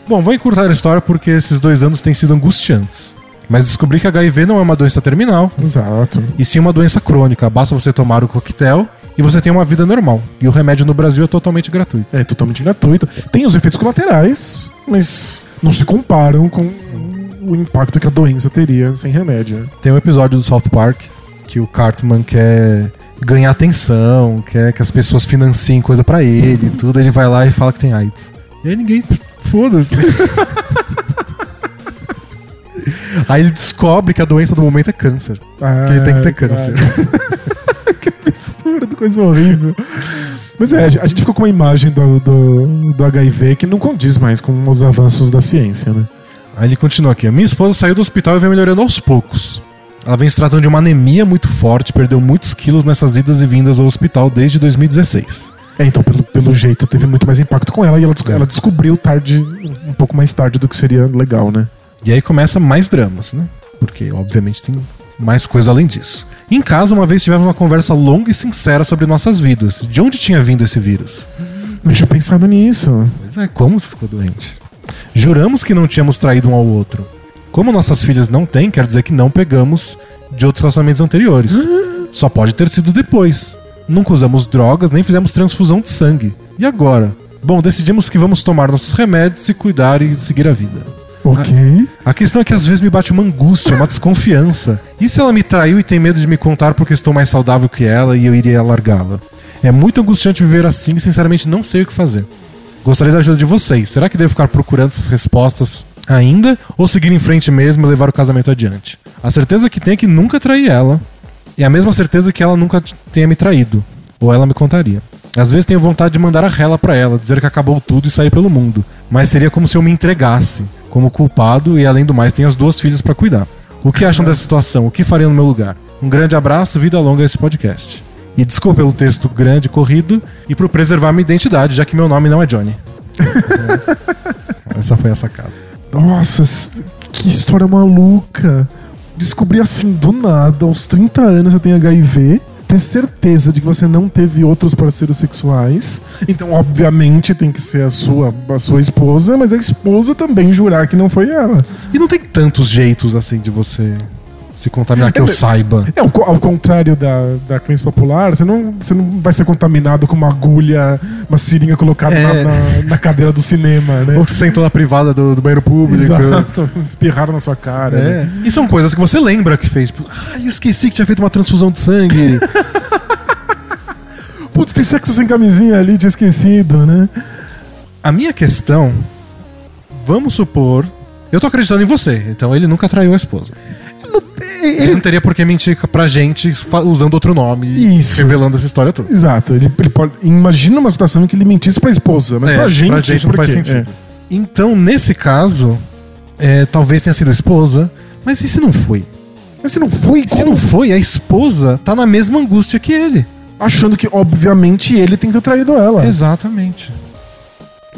Bom, vou encurtar a história porque esses dois anos têm sido angustiantes. Mas descobri que HIV não é uma doença terminal,
Exato.
e sim uma doença crônica. Basta você tomar o coquetel e você tem uma vida normal. E o remédio no Brasil é totalmente gratuito.
É totalmente gratuito. Tem os efeitos colaterais, mas não se comparam com o impacto que a doença teria sem remédio. né?
Tem um episódio do South Park que o Cartman quer ganhar atenção, quer que as pessoas financiem coisa pra ele e tudo. Ele vai lá e fala que tem AIDS. E aí ninguém. Foda-se. aí ele descobre que a doença do momento é câncer.
Ah,
Que ele tem que ter câncer.
que absurdo, coisa horrível. Mas é, a gente ficou com uma imagem do, do, do HIV que não condiz mais com os avanços da ciência, né?
Aí ele continua aqui. A minha esposa saiu do hospital e vem melhorando aos poucos. Ela vem se tratando de uma anemia muito forte, perdeu muitos quilos nessas idas e vindas ao hospital desde 2016.
É, então, pelo, pelo jeito, teve muito mais impacto com ela e ela, des- ela descobriu tarde, um pouco mais tarde do que seria legal, né?
E aí começa mais dramas, né? Porque, obviamente, tem mais coisa além disso. Em casa, uma vez tivemos uma conversa longa e sincera sobre nossas vidas. De onde tinha vindo esse vírus?
Não tinha pensado nisso.
Mas é, como se ficou doente? Juramos que não tínhamos traído um ao outro. Como nossas filhas não têm, quer dizer que não pegamos de outros relacionamentos anteriores. Só pode ter sido depois. Nunca usamos drogas, nem fizemos transfusão de sangue. E agora? Bom, decidimos que vamos tomar nossos remédios, se cuidar e seguir a vida.
Ok.
A questão é que às vezes me bate uma angústia, uma desconfiança. E se ela me traiu e tem medo de me contar porque estou mais saudável que ela e eu iria largá-la? É muito angustiante viver assim e sinceramente não sei o que fazer. Gostaria da ajuda de vocês. Será que devo ficar procurando essas respostas ainda? Ou seguir em frente mesmo e levar o casamento adiante? A certeza que tenho é que nunca traí ela. E a mesma certeza que ela nunca t- tenha me traído. Ou ela me contaria. Às vezes tenho vontade de mandar a rela pra ela, dizer que acabou tudo e sair pelo mundo. Mas seria como se eu me entregasse, como culpado e além do mais tenho as duas filhas pra cuidar. O que acham dessa situação? O que faria no meu lugar? Um grande abraço, vida longa a esse podcast. E desculpa pelo texto grande e corrido e por preservar minha identidade, já que meu nome não é
[laughs]
Johnny. Essa foi a sacada.
Nossa, s- que história maluca. Descobrir assim, do nada, aos 30 anos você tem HIV, ter certeza de que você não teve outros parceiros sexuais. Então, obviamente, tem que ser a sua, a sua esposa, mas a esposa também jurar que não foi ela.
E não tem tantos jeitos assim de você se contaminar que
É,
eu
mas-
saiba.
É, ao co- ao contrário da, da crença popular, você não, você não vai ser contaminado com uma agulha, uma seringa colocada na-
É.
na, na cadeira do cinema, né?
Ou que sentou na privada do, do banheiro público.
Exato, [laughs] espirraram na sua cara. né?
É. E são coisas que você lembra que fez. Tipo, Ah, eu esqueci que tinha feito uma transfusão de
[laughs]
sangue.
Putz, fiz sexo sem camisinha ali, tinha esquecido, né?
A minha questão, vamos supor. Eu tô acreditando em você, então ele nunca traiu a esposa. Ele não teria por que mentir pra gente fa- usando outro nome e
Isso.
revelando essa história toda.
Exato. Ele, ele pode- imagina uma situação em que ele mentisse pra esposa, mas
É,
pra gente.
não
por
faz
quê? É.
sentido. Então, nesse caso, é, talvez tenha sido a esposa, mas e se não foi?
É. Mas se não foi,
E se não foi, a esposa tá na mesma angústia que ele.
achando que, obviamente, ele tem que ter traído ela.
Exatamente. Ah.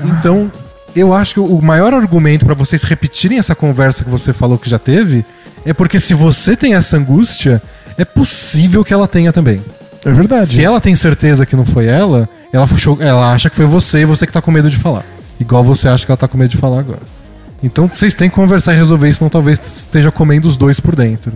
Então, eu acho que o maior argumento pra vocês repetirem essa conversa que você falou que já teve é porque se você tem essa angústia, é possível que ela tenha também.
É verdade.
Se ela tem certeza que não foi ela, ela, fuxou- ela acha que foi você e você que tá com medo de falar. Igual você acha que ela tá com medo de falar agora. Então vocês têm que conversar e resolver, senão talvez esteja comendo os dois por dentro.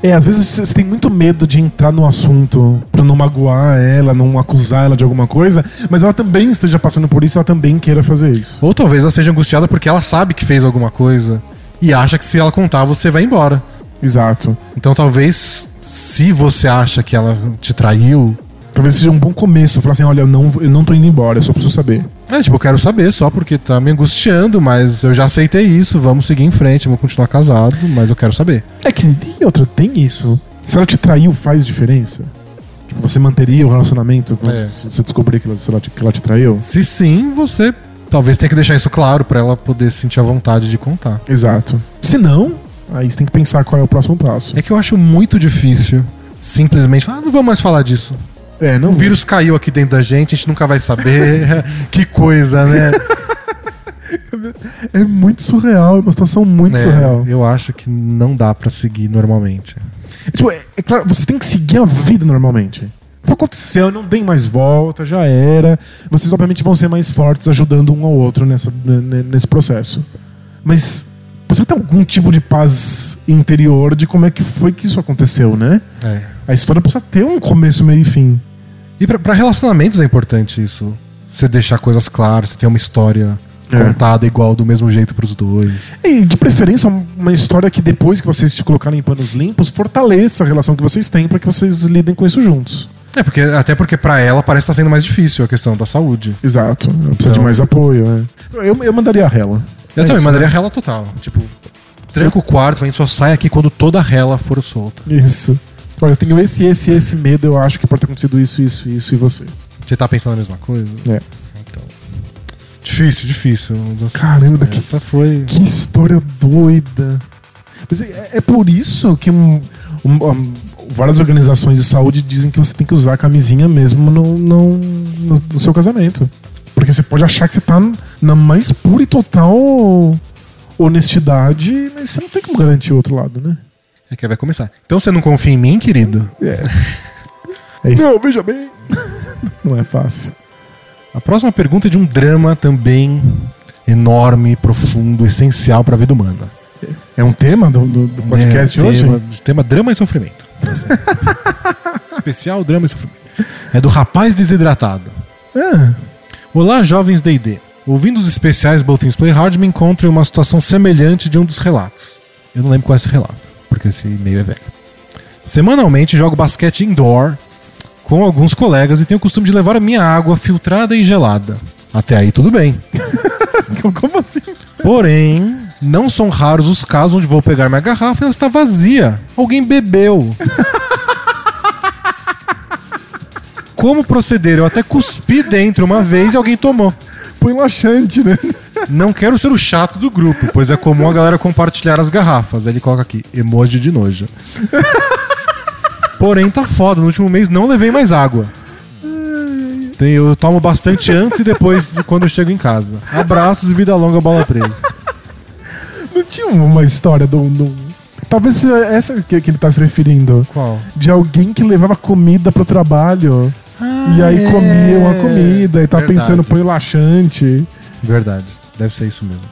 É, às vezes você tem muito medo de entrar no assunto pra não magoar ela, não acusar ela de alguma coisa, mas ela também esteja passando por isso, ela também queira fazer isso.
Ou talvez ela seja angustiada porque ela sabe que fez alguma coisa e acha que se ela contar você vai embora.
Exato.
Então talvez se você acha que ela te traiu,
Talvez seja um bom começo, falar assim, olha, eu não, eu não tô indo embora, eu só preciso saber.
é tipo, eu quero saber só porque tá me angustiando, mas eu já aceitei isso, vamos seguir em frente, vou continuar casado, mas eu quero saber.
É que, e outra, tem isso. Se ela te traiu, faz diferença? Tipo, você manteria o relacionamento quando
É.
se você descobrir que ela, sei lá, te- que ela te traiu?
Se sim, você talvez tenha que deixar isso claro pra ela poder sentir a vontade de contar.
Exato. Se não, aí você tem que pensar qual é o próximo passo.
É que eu acho muito difícil simplesmente falar, ah, não vamos mais falar disso.
É, não
O vírus caiu aqui dentro da gente, a gente nunca vai saber. [laughs] que coisa, né?
É muito surreal, é uma situação muito
É,
surreal.
Eu acho que não dá pra seguir normalmente.
É, Tipo, é, é claro, você tem que seguir a vida normalmente. Tipo, aconteceu, não tem mais volta, já era. Vocês obviamente vão ser mais fortes ajudando um ao outro nessa, n- n- nesse processo. Mas você tem algum tipo de paz interior de como é que foi que isso aconteceu, né?
É.
A história precisa ter um começo, meio e fim.
E pra pra relacionamentos é importante isso. Você deixar coisas claras, você ter uma história
É.
contada igual do mesmo jeito pros dois.
E de preferência uma história que depois que vocês se colocarem em panos limpos, fortaleça a relação que vocês têm para que vocês lidem com isso juntos.
É, porque, até porque pra ela parece estar sendo mais difícil a questão da saúde.
Exato. Ela Precisa de
Então-
mais apoio, né? Eu, eu mandaria a rela.
Eu
É
também
isso,
mandaria
né?
rela total. Tipo, tranca o quarto, a gente só sai aqui quando toda a rela for solta.
Isso. Olha, eu tenho esse, esse, esse medo, eu acho que pode ter acontecido isso, isso, isso e você.
Você tá pensando a mesma coisa?
É.
Então. Difícil, difícil.
Caramba, que,
Essa foi.
que história doida. Mas é, é por isso que um- um- um, várias organizações de saúde dizem que você tem que usar a camisinha mesmo no, no, no- no seu casamento. Porque você pode achar que você tá na mais pura e total honestidade, mas você não tem como garantir o outro lado, né?
É que vai começar. Então você não confia em mim, querido?
É. é isso. Não, veja bem. [laughs] não é fácil.
A próxima pergunta é de um drama também enorme, profundo, essencial pra vida humana.
É um tema do, do- do podcast
É, [laughs]
hoje?
tema, tema drama e
[laughs]
sofrimento. Especial drama e sofrimento. É do rapaz desidratado.
Ah,
Olá, jovens D&D. Ouvindo os especiais Both Things Play Hard, me encontro em uma situação semelhante de um dos relatos. Eu não lembro qual é esse relato, porque esse e-mail é velho. Semanalmente jogo basquete indoor com alguns colegas e tenho o costume de levar a minha água filtrada e gelada. Até aí tudo bem.
como assim?
Porém, não são raros os casos onde vou pegar minha garrafa e ela está vazia. Alguém bebeu. Como proceder? Eu até cuspi dentro uma vez e alguém tomou.
Põe laxante, né? [laughs]
Não quero ser o chato do grupo, pois é comum a galera compartilhar as garrafas. Aí ele coloca aqui, emoji de nojo. Porém, tá foda. No último mês não levei mais água. Tem- Eu tomo bastante antes e depois de quando eu chego em casa. Abraços e vida longa, bola presa.
Não tinha uma história do. do- Talvez seja essa que, que ele tá se referindo.
Qual?
De alguém que levava comida pro trabalho. e aí
é.
comia uma comida e tá
Verdade.
pensando, põe laxante.
Verdade. Deve ser isso mesmo.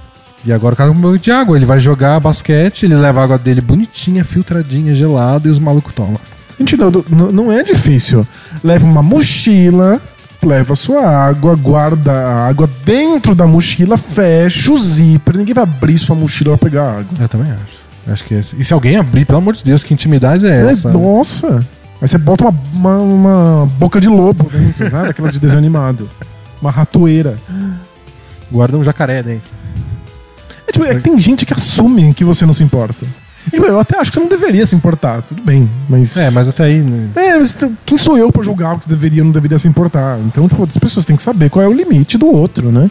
E agora o cara com medo de água. Ele vai jogar basquete, ele leva a água dele bonitinha, filtradinha, gelada e os malucos tomam.
Gente, não, do- não, não é difícil. Leva uma mochila, leva a sua água, guarda a água dentro da mochila, fecha o zíper. Ninguém vai abrir sua mochila pra pegar água.
Eu também acho. Eu Acho que é esse. E se alguém abrir, pelo amor de Deus, que intimidade é
É,
essa?
nossa! Aí você bota uma, uma- uma boca de lobo dentro,
[laughs]
sabe? Aquela de desenho animado. Uma ratoeira.
Guarda um jacaré dentro.
É, tipo, é que tem gente que assume que você não se importa. É, tipo, eu até acho que você não deveria se importar, tudo bem, mas.
É, mas até aí. né?
É, mas tu- quem sou eu pra julgar o que você deveria ou não deveria se importar? Então, tipo, as pessoas têm que saber qual é o limite do outro, né?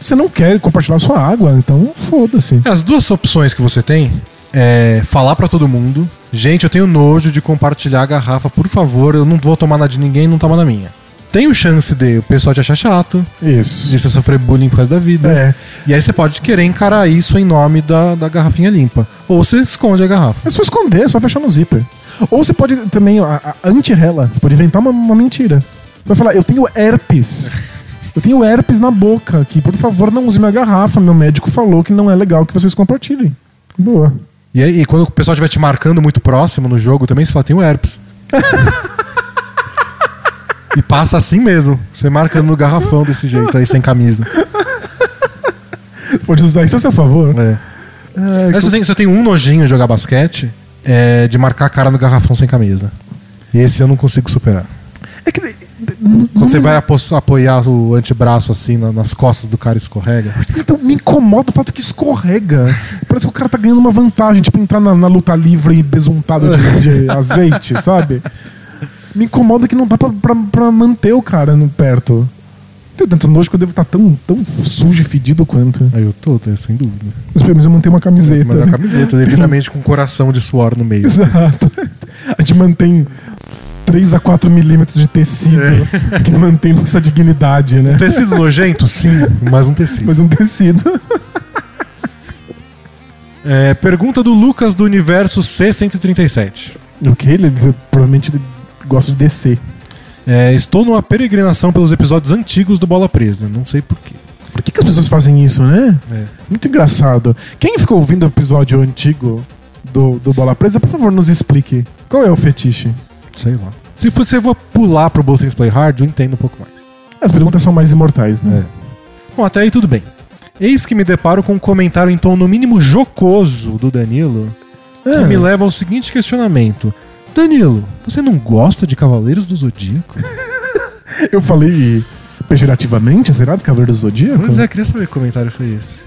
Você não quer compartilhar sua água, então foda-se.
As duas opções que você tem é falar pra todo mundo Gente, eu tenho nojo de compartilhar a garrafa, por favor, eu não vou tomar na de ninguém, não toma na minha. Tenho chance de o pessoal te achar chato,
Isso.
de você sofrer bullying por causa da vida.
É.
E aí você pode querer encarar isso em nome da, da garrafinha limpa. Ou você esconde a garrafa.
É só esconder, é só fechar no zíper. Ou você pode também, a, a anti-rela, você pode inventar uma, uma mentira. Vai falar, eu tenho
[laughs]
herpes. Eu tenho herpes na boca, que por favor não use minha garrafa. Meu médico falou que não é legal que vocês compartilhem. Boa.
E aí e quando o pessoal estiver te marcando muito próximo no jogo também, você fala, tem o herpes. [laughs] e passa assim mesmo. Você marcando no garrafão desse jeito aí, sem camisa.
Pode usar isso a seu favor.
É.
É,
Mas se eu tenho, se eu tenho um nojinho em jogar basquete, é de marcar a cara no garrafão sem camisa. E esse eu não consigo superar.
é que-
Quando você vai apo- apoiar o antebraço assim na- nas costas do cara e escorrega.
Então me incomoda o fato que escorrega. Parece que o cara tá ganhando uma vantagem, tipo entrar na, na luta livre e besuntado [laughs] de, de azeite, sabe? Me incomoda que não dá pra, pra- pra manter o cara no perto. Tenho tanto nojo que eu devo estar tão, tão sujo e fedido quanto.
Aí eu tô, tô, sem dúvida.
Mas pelo menos eu manter uma camiseta. né?
Mandar a é camiseta, devidamente com um coração de suor no meio.
Exato. A gente mantém 3 a 4 milímetros de tecido que mantém nossa dignidade, né?
Tecido nojento? Sim, mas um tecido.
Mas um tecido.
É, pergunta do Lucas do Universo C137.
O que? Ele provavelmente ele gosta de descer.
É, estou numa peregrinação pelos episódios antigos do Bola Presa, não sei porquê.
Por que, que as pessoas fazem isso, né?
É.
Muito engraçado. Quem ficou ouvindo o episódio antigo do, do Bola Presa, por favor, nos explique. Qual é o fetiche?
Sei lá. Se você for pular pro Both Things Play Hard, eu entendo um pouco mais.
As perguntas são mais imortais, né?
Bom, até aí tudo bem. Eis que me deparo com um comentário em tom no mínimo jocoso do Danilo, que
Ah,
me leva ao seguinte questionamento. Danilo, você não gosta de Cavaleiros do Zodíaco? É.
eu falei pejorativamente, será? Do Cavaleiro do Zodíaco?
Pois é, queria saber que comentário foi esse.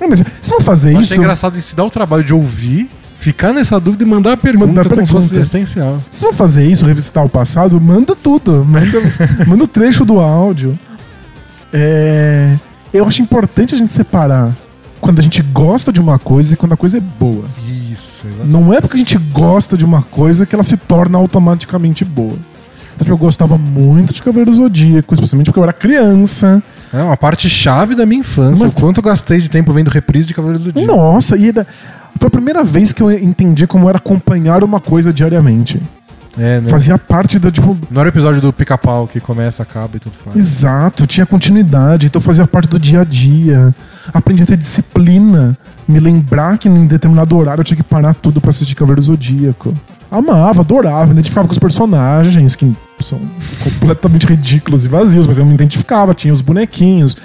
Não, mas se não fazer
Eu
isso,
achei engraçado em se dar o trabalho de ouvir, ficar nessa dúvida e mandar a pergunta
Mandar a
como se fosse
pergunta.
essencial.
se não fazer isso, revisitar o passado, manda tudo.
[laughs]
Manda, manda o trecho do áudio. É, eu acho importante a gente separar quando a gente gosta de uma coisa e quando a coisa é boa.
Isso, exato.
Não é porque a gente gosta de uma coisa que ela se torna automaticamente boa. Então, tipo, eu gostava muito de Cavaleiro do Zodíaco, especialmente porque eu era criança.
É uma parte chave da minha infância.
Mas-
O quanto eu gastei de tempo vendo reprise de Cavaleiros do Zodíaco.
Nossa, e era- foi a primeira vez que eu entendi como era acompanhar uma coisa diariamente.
É, né?
Fazia parte da, tipo,
Não era o episódio do pica-pau que começa, acaba e tudo faz.
exato, tinha continuidade, então fazia parte do dia a dia. Aprendi a ter disciplina, me lembrar que em determinado horário eu tinha que parar tudo pra assistir Cavaleiro do Zodíaco. Amava, adorava, me identificava com os personagens, que são completamente ridículos e vazios, mas eu me identificava, tinha os bonequinhos.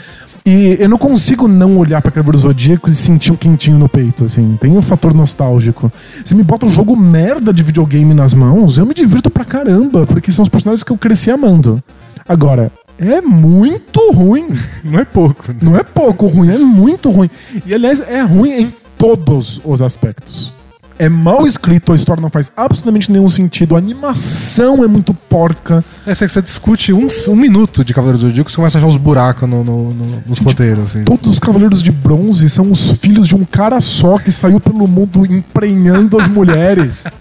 E eu não consigo não olhar pra Cavaleiro do Zodíaco e sentir um quentinho no peito, assim. Tem um fator nostálgico. Se me bota um jogo merda de videogame nas mãos, eu me divirto pra caramba, porque são os personagens que eu cresci amando. Agora, é muito ruim.
Não é pouco.
Não é pouco ruim, é muito ruim. E aliás, é ruim em todos os aspectos. É mal escrito, a história não faz absolutamente nenhum sentido, a animação é muito porca.
Essa que É, você discute um, um minuto de Cavaleiros do Zodíaco, você começa a achar uns buracos no- no- no- nos
Tipo,
roteiros, assim.
Todos os Cavaleiros de Bronze são os filhos de um cara só que saiu pelo mundo emprenhando as mulheres. [laughs]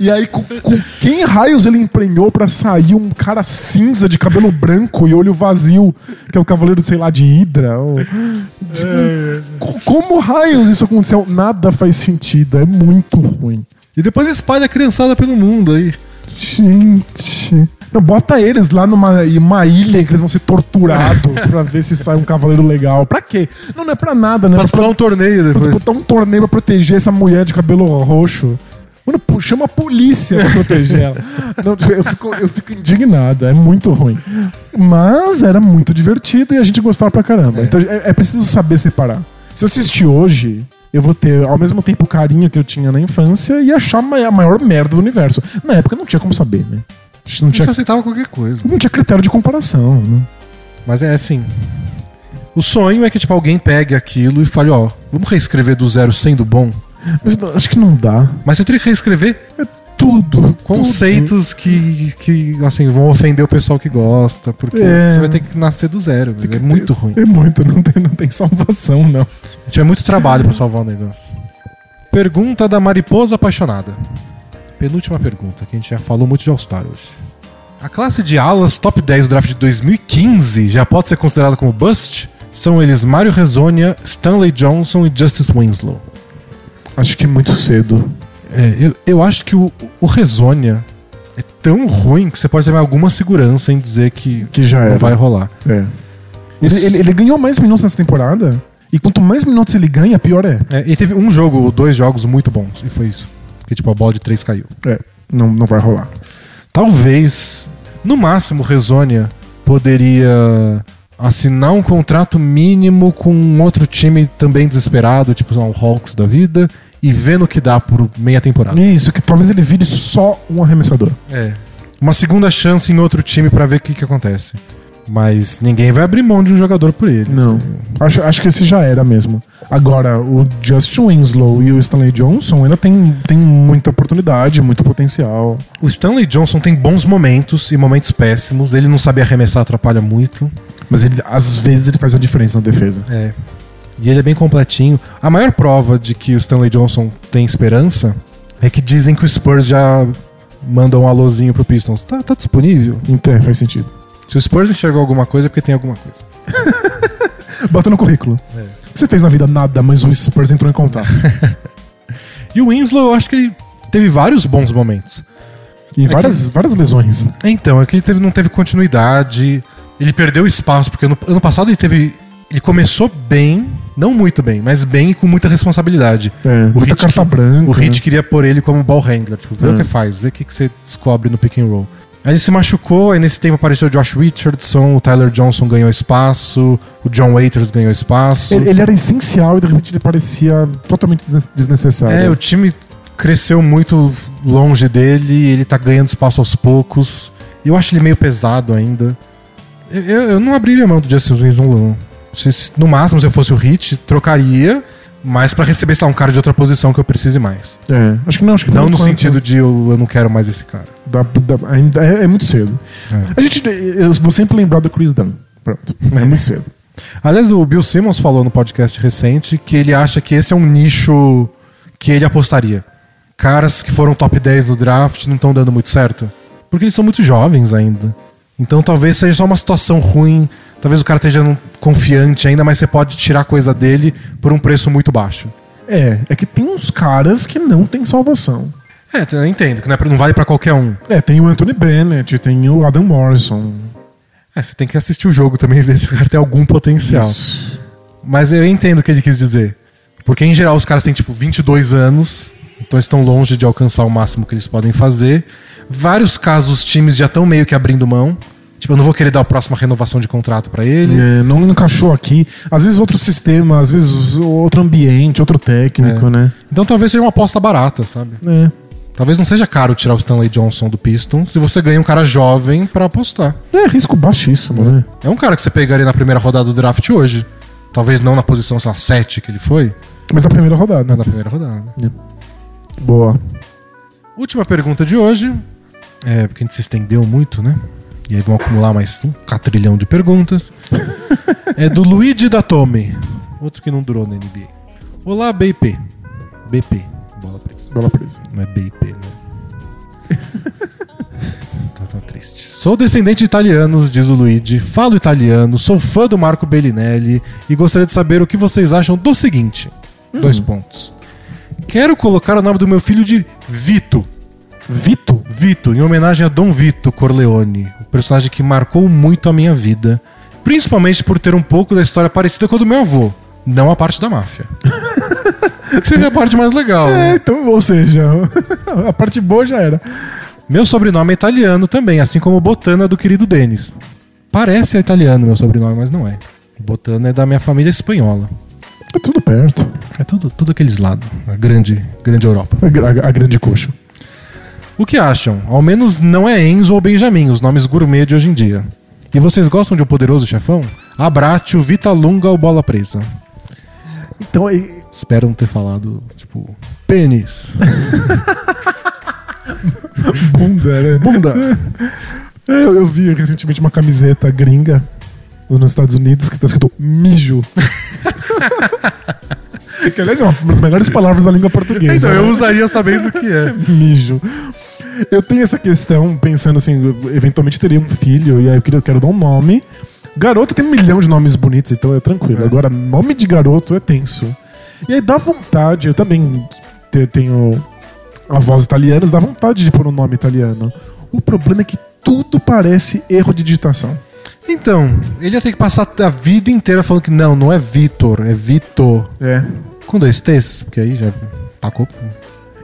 E aí, com, com quem raios ele emprenhou pra sair um cara cinza de cabelo branco e olho vazio, que é o Cavaleiro, sei lá, de Hidra? Ou... É, Co- Como raios isso aconteceu? Nada faz sentido, é muito ruim.
E depois espalha a criançada pelo mundo aí.
Gente. Não, bota eles lá numa em uma ilha que eles vão ser torturados pra ver se sai um cavaleiro legal. Pra quê? Não, não é pra nada, né?
Pra disputar um torneio
pra
depois.
disputar um torneio pra proteger essa mulher de cabelo roxo. Mano, pô, chama a polícia pra
[laughs]
proteger ela. Não, tipo, eu, fico, eu fico indignado, é muito ruim. Mas era muito divertido e a gente gostava pra caramba. Então é, é preciso saber separar. Se eu assistir hoje, eu vou ter ao mesmo tempo o carinho que eu tinha na infância e achar ma- a maior merda do universo. Na época não tinha como saber, né? A gente não
Você
tinha,
aceitava qualquer coisa.
não tinha critério de comparação. Né?
Mas é assim. O sonho é que, tipo, alguém pegue aquilo e fale, ó, vamos reescrever do zero sendo bom.
Mas eu acho que não dá.
Mas você teria que reescrever
Tudo.
conceitos que, que assim, vão ofender o pessoal que gosta, porque
É.
você vai ter que nascer do zero. velho. É muito ruim.
É muito, não tem, não tem salvação, não.
Tinha muito trabalho pra salvar o negócio. Pergunta da Mariposa Apaixonada. Penúltima pergunta, que a gente já falou muito de All-Star hoje. A classe de alas top 10 do draft de 2015 já pode ser considerada como bust? São eles Mário Rezonia, Stanley Johnson e Justice Winslow.
Acho que muito cedo.
É, eu, eu acho que o, o Rezonia é tão ruim que você pode ter alguma segurança em dizer que
Que já era.
não vai rolar.
É. Ele, ele- ele ganhou mais minutos nessa temporada. E quanto mais minutos ele ganha, pior é.
É, e teve um jogo ou dois jogos muito bons, e foi isso. Que tipo, a bola de três caiu.
É. Não, não vai rolar.
Talvez, no máximo, Rezonia poderia assinar um contrato mínimo com um outro time também desesperado, tipo sei lá, um Hawks da vida, e vendo o que dá por meia temporada.
Isso, que talvez ele vire só um arremessador.
É. Uma segunda chance em outro time pra ver o que, que acontece. Mas ninguém vai abrir mão de um jogador por ele.
Não. Acho, acho que esse já era mesmo. Agora, o Justin Winslow e o Stanley Johnson ainda tem, tem muita oportunidade, muito potencial.
O Stanley Johnson tem bons momentos e momentos péssimos. Ele não sabe arremessar, atrapalha muito.
Mas ele, às vezes ele faz a diferença na defesa.
É. E ele é bem completinho. A maior prova de que o Stanley Johnson tem esperança é que dizem que o Spurs já mandou um alôzinho pro Pistons. Tá, tá disponível?
Então, é, faz sentido.
Se o Spurs enxergou alguma coisa, é porque tem alguma coisa.
Bota no currículo. O que Você fez na vida nada, mas o Spurs entrou em [laughs] contato.
E o Winslow, eu acho que ele teve vários bons momentos.
E várias, várias lesões.
Então, é que ele teve- não teve continuidade, ele perdeu espaço, porque ano, ano passado ele teve. Ele começou bem, não muito bem, mas bem e com muita responsabilidade.
É, muita
Hit
carta
que-
branca.
O Hit
né?
queria pôr ele como ball handler, tipo, vê
É.
o que faz, vê o que, que você descobre no pick and roll. Aí ele se machucou, aí nesse tempo apareceu o Josh Richardson, o Tyler Johnson ganhou espaço, o John Waiters ganhou espaço.
Ele, ele era essencial e de repente ele parecia totalmente desne- desnecessário.
É, o time cresceu muito longe dele, ele tá ganhando espaço aos poucos. Eu acho ele meio pesado ainda. Eu, eu- eu não abriria mão do Justin Winslow, não. Se- se- no máximo, se eu fosse o Hit, trocaria, mas pra receber, sei lá, um cara de outra posição que eu precise mais.
É, Acho que não, acho que
Não
por
no
enquanto.
sentido de eu, eu não quero mais esse cara.
Da- da- ainda é, é muito cedo.
É.
A gente, eu vou sempre lembrar do Chris Dunn. Pronto. É muito cedo.
Aliás, o Bill Simmons falou no podcast recente que ele acha que esse é um nicho que ele apostaria. Caras que foram top 10 no draft não estão dando muito certo. Porque eles são muito jovens ainda. Então talvez seja só uma situação ruim. Talvez o cara esteja não- confiante ainda, mas você pode tirar coisa dele por um preço muito baixo.
É, é que tem uns caras que não tem salvação.
É, eu entendo, que não, é pra- não vale pra qualquer um.
É, tem o Anthony Bennett, tem o Adam Morrison.
É, você tem que assistir o jogo também e ver se o cara tem algum potencial.
Isso.
Mas eu entendo o que ele quis dizer. Porque em geral os caras têm tipo 22 anos, então eles estão longe de alcançar o máximo que eles podem fazer. Vários casos os times já estão meio que abrindo mão. Tipo, eu não vou querer dar a próxima renovação de contrato pra ele.
É, não encaixou aqui. Às vezes outro sistema, às vezes outro ambiente, outro técnico,
É.
né?
Então talvez seja uma aposta barata, sabe?
É.
Talvez não seja caro tirar o Stanley Johnson do Piston se você ganha um cara jovem pra apostar.
É risco baixíssimo, né?
É um cara que você pegaria na primeira rodada do draft hoje. Talvez não na posição, sei lá, 7 que ele foi,
Mas na primeira rodada.
mas na primeira rodada.
Boa.
Última pergunta de hoje. É, porque a gente se estendeu muito, né? E aí vão acumular mais um catrilhão de perguntas. é do Luigi Datome. Outro que não durou na NBA. Olá, BIP. BP. Bola presa.
Bola presa.
Não é BIP, né? [laughs] tá tão triste. Sou descendente de italianos, diz o Luigi. Falo italiano, sou fã do Marco Bellinelli e gostaria de saber o que vocês acham do seguinte. Dois pontos. Quero colocar o nome do meu filho de Vito.
Vito?
Vito, em homenagem a Dom Vito Corleone, o personagem que marcou muito a minha vida, principalmente por ter um pouco da história parecida com a do meu avô, não a parte da máfia. [laughs] que seria a parte mais legal.
É,
né?
então, ou seja, [laughs] a parte boa já era.
Meu sobrenome é italiano também, assim como Botana do querido Denis. Parece é italiano meu sobrenome, mas não é. Botana é da minha família espanhola.
É tudo perto.
É tudo, tudo aqueles lados, a grande, grande Europa.
A, gra- a grande coxa.
O que acham? Ao menos não é Enzo ou Benjamin, os nomes gourmet de hoje em dia. E vocês gostam de um poderoso chefão? Abratio, Vitalunga ou Bola Presa?
Então, e-
Espero não ter falado, tipo, pênis,
bunda, né?
bunda.
É, Eu, eu vi recentemente uma camiseta [laughs] gringa nos Estados Unidos que tá escrito mijo. Que aliás é uma das melhores palavras da língua portuguesa.
[laughs] Então, eu
né?
usaria sabendo o que é.
mijo. Eu tenho essa questão, pensando assim, eu eventualmente teria um filho, e aí eu, queria, eu quero dar um nome. Garoto tem um milhão de nomes bonitos, então é tranquilo. Agora, nome de garoto é tenso. E aí dá vontade, eu também te- tenho avós italianos, dá vontade de pôr um nome italiano. O problema é que tudo parece erro de digitação.
Então, ele ia ter que passar a vida inteira falando que não, não é Vitor, é Vitor.
É.
Com dois T's, porque aí já tacou.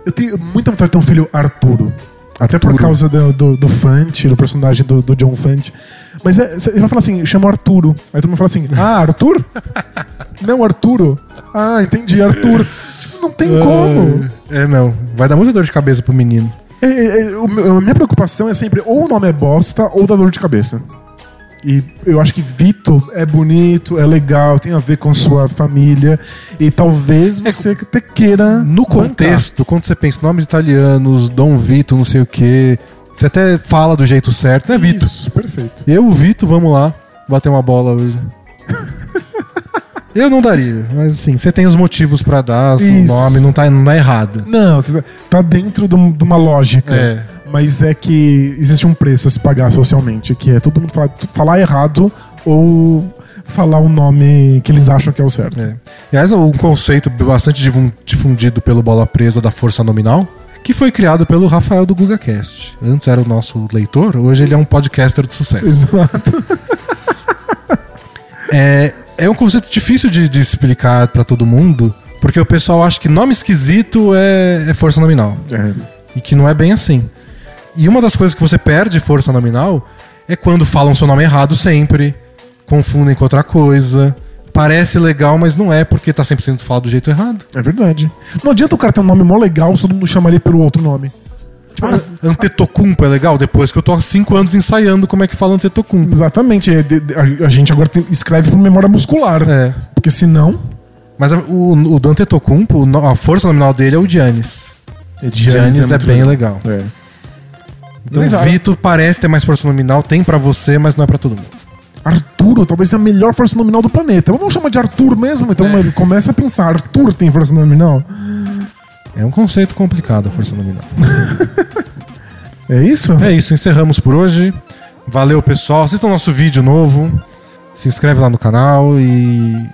Eu tenho muita vontade de ter um filho Arturo. Até por
Arturo.
causa do, do, do Fante, do personagem do, do John Fante. Mas é, cê- ele vai falar assim, chama o Arturo. Aí todo mundo fala assim, ah, Arthur? [laughs] não, Arturo. Ah, entendi, Arthur. Tipo, não tem como.
É, não. Vai dar muita dor de cabeça pro menino.
É, é, é, o meu- a minha preocupação é sempre ou o nome é bosta ou dá dor de cabeça. E eu acho que Vitor é bonito, é legal, tem a ver com sua família. E talvez você até queira.
É No
bancar.
contexto, quando você pensa em nomes italianos, Dom Vito, não sei o quê, você até fala do jeito certo, é Vito.
Isso, perfeito.
Eu, Vito, vamos lá bater uma bola
[laughs]
hoje. Eu não daria, mas assim, você tem os motivos pra dar, seu
Isso.
nome não tá, não é errado.
Não, você tá- tá dentro de um- de uma lógica.
É.
Mas é que existe um preço a se pagar socialmente, que é todo mundo falar, falar errado ou falar o nome que eles acham que é o certo.
É. Aliás, um conceito bastante divun- difundido pelo Bola Presa da força nominal, que foi criado pelo Rafael do GugaCast. Antes era o nosso leitor, hoje ele é um podcaster de sucesso.
[laughs] Exato.
É, é um conceito difícil de, de explicar pra todo mundo, porque o pessoal acha que nome esquisito é, é força nominal. E que não é bem assim. E uma das coisas que você perde força nominal é quando falam seu nome errado sempre, confundem com outra coisa. Parece legal, mas não é porque tá sempre sendo falado do jeito errado.
É verdade. Não adianta o cara ter um nome mó legal, se todo mundo chama ele pelo outro nome.
Tipo, Antetocumpo é legal depois que eu tô há cinco anos ensaiando como é que fala Antetocumpo.
Exatamente. é de- de- a, a gente agora tem- escreve por memória muscular.
É.
Porque senão.
Mas a- o, o do Antetocumpo, o no- a força nominal dele é o Giannis. Giannis é,
muito
bem legal. Então
Mas,
o
ah,
Vito parece ter mais força nominal, tem pra você, mas não é pra todo mundo.
Arturo talvez tenha a melhor força nominal do planeta. Mas Vamos chamar de Arthur mesmo? Então
É.
começa a pensar: Arthur tem força nominal?
É um conceito complicado a força nominal.
É isso?
É isso, encerramos por hoje. Valeu, pessoal. Assistam nosso vídeo novo. Se inscreve lá no canal e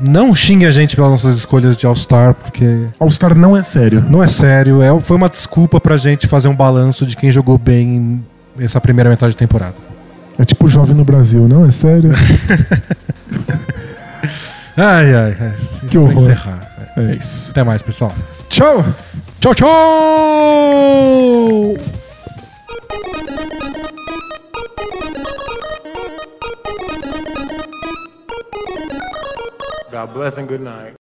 não xingue a gente pelas nossas escolhas de All-Star, porque
All Star não é sério.
não é sério. É, foi uma desculpa pra gente fazer um balanço de quem jogou bem essa primeira metade de temporada.
É tipo jovem no Brasil, não é sério?
Ai, ai, ai. isso
Que
pra
horror.
encerrar.
[laughs] É isso.
Até mais, pessoal.
Tchau!
Tchau, tchau!
God bless and good night.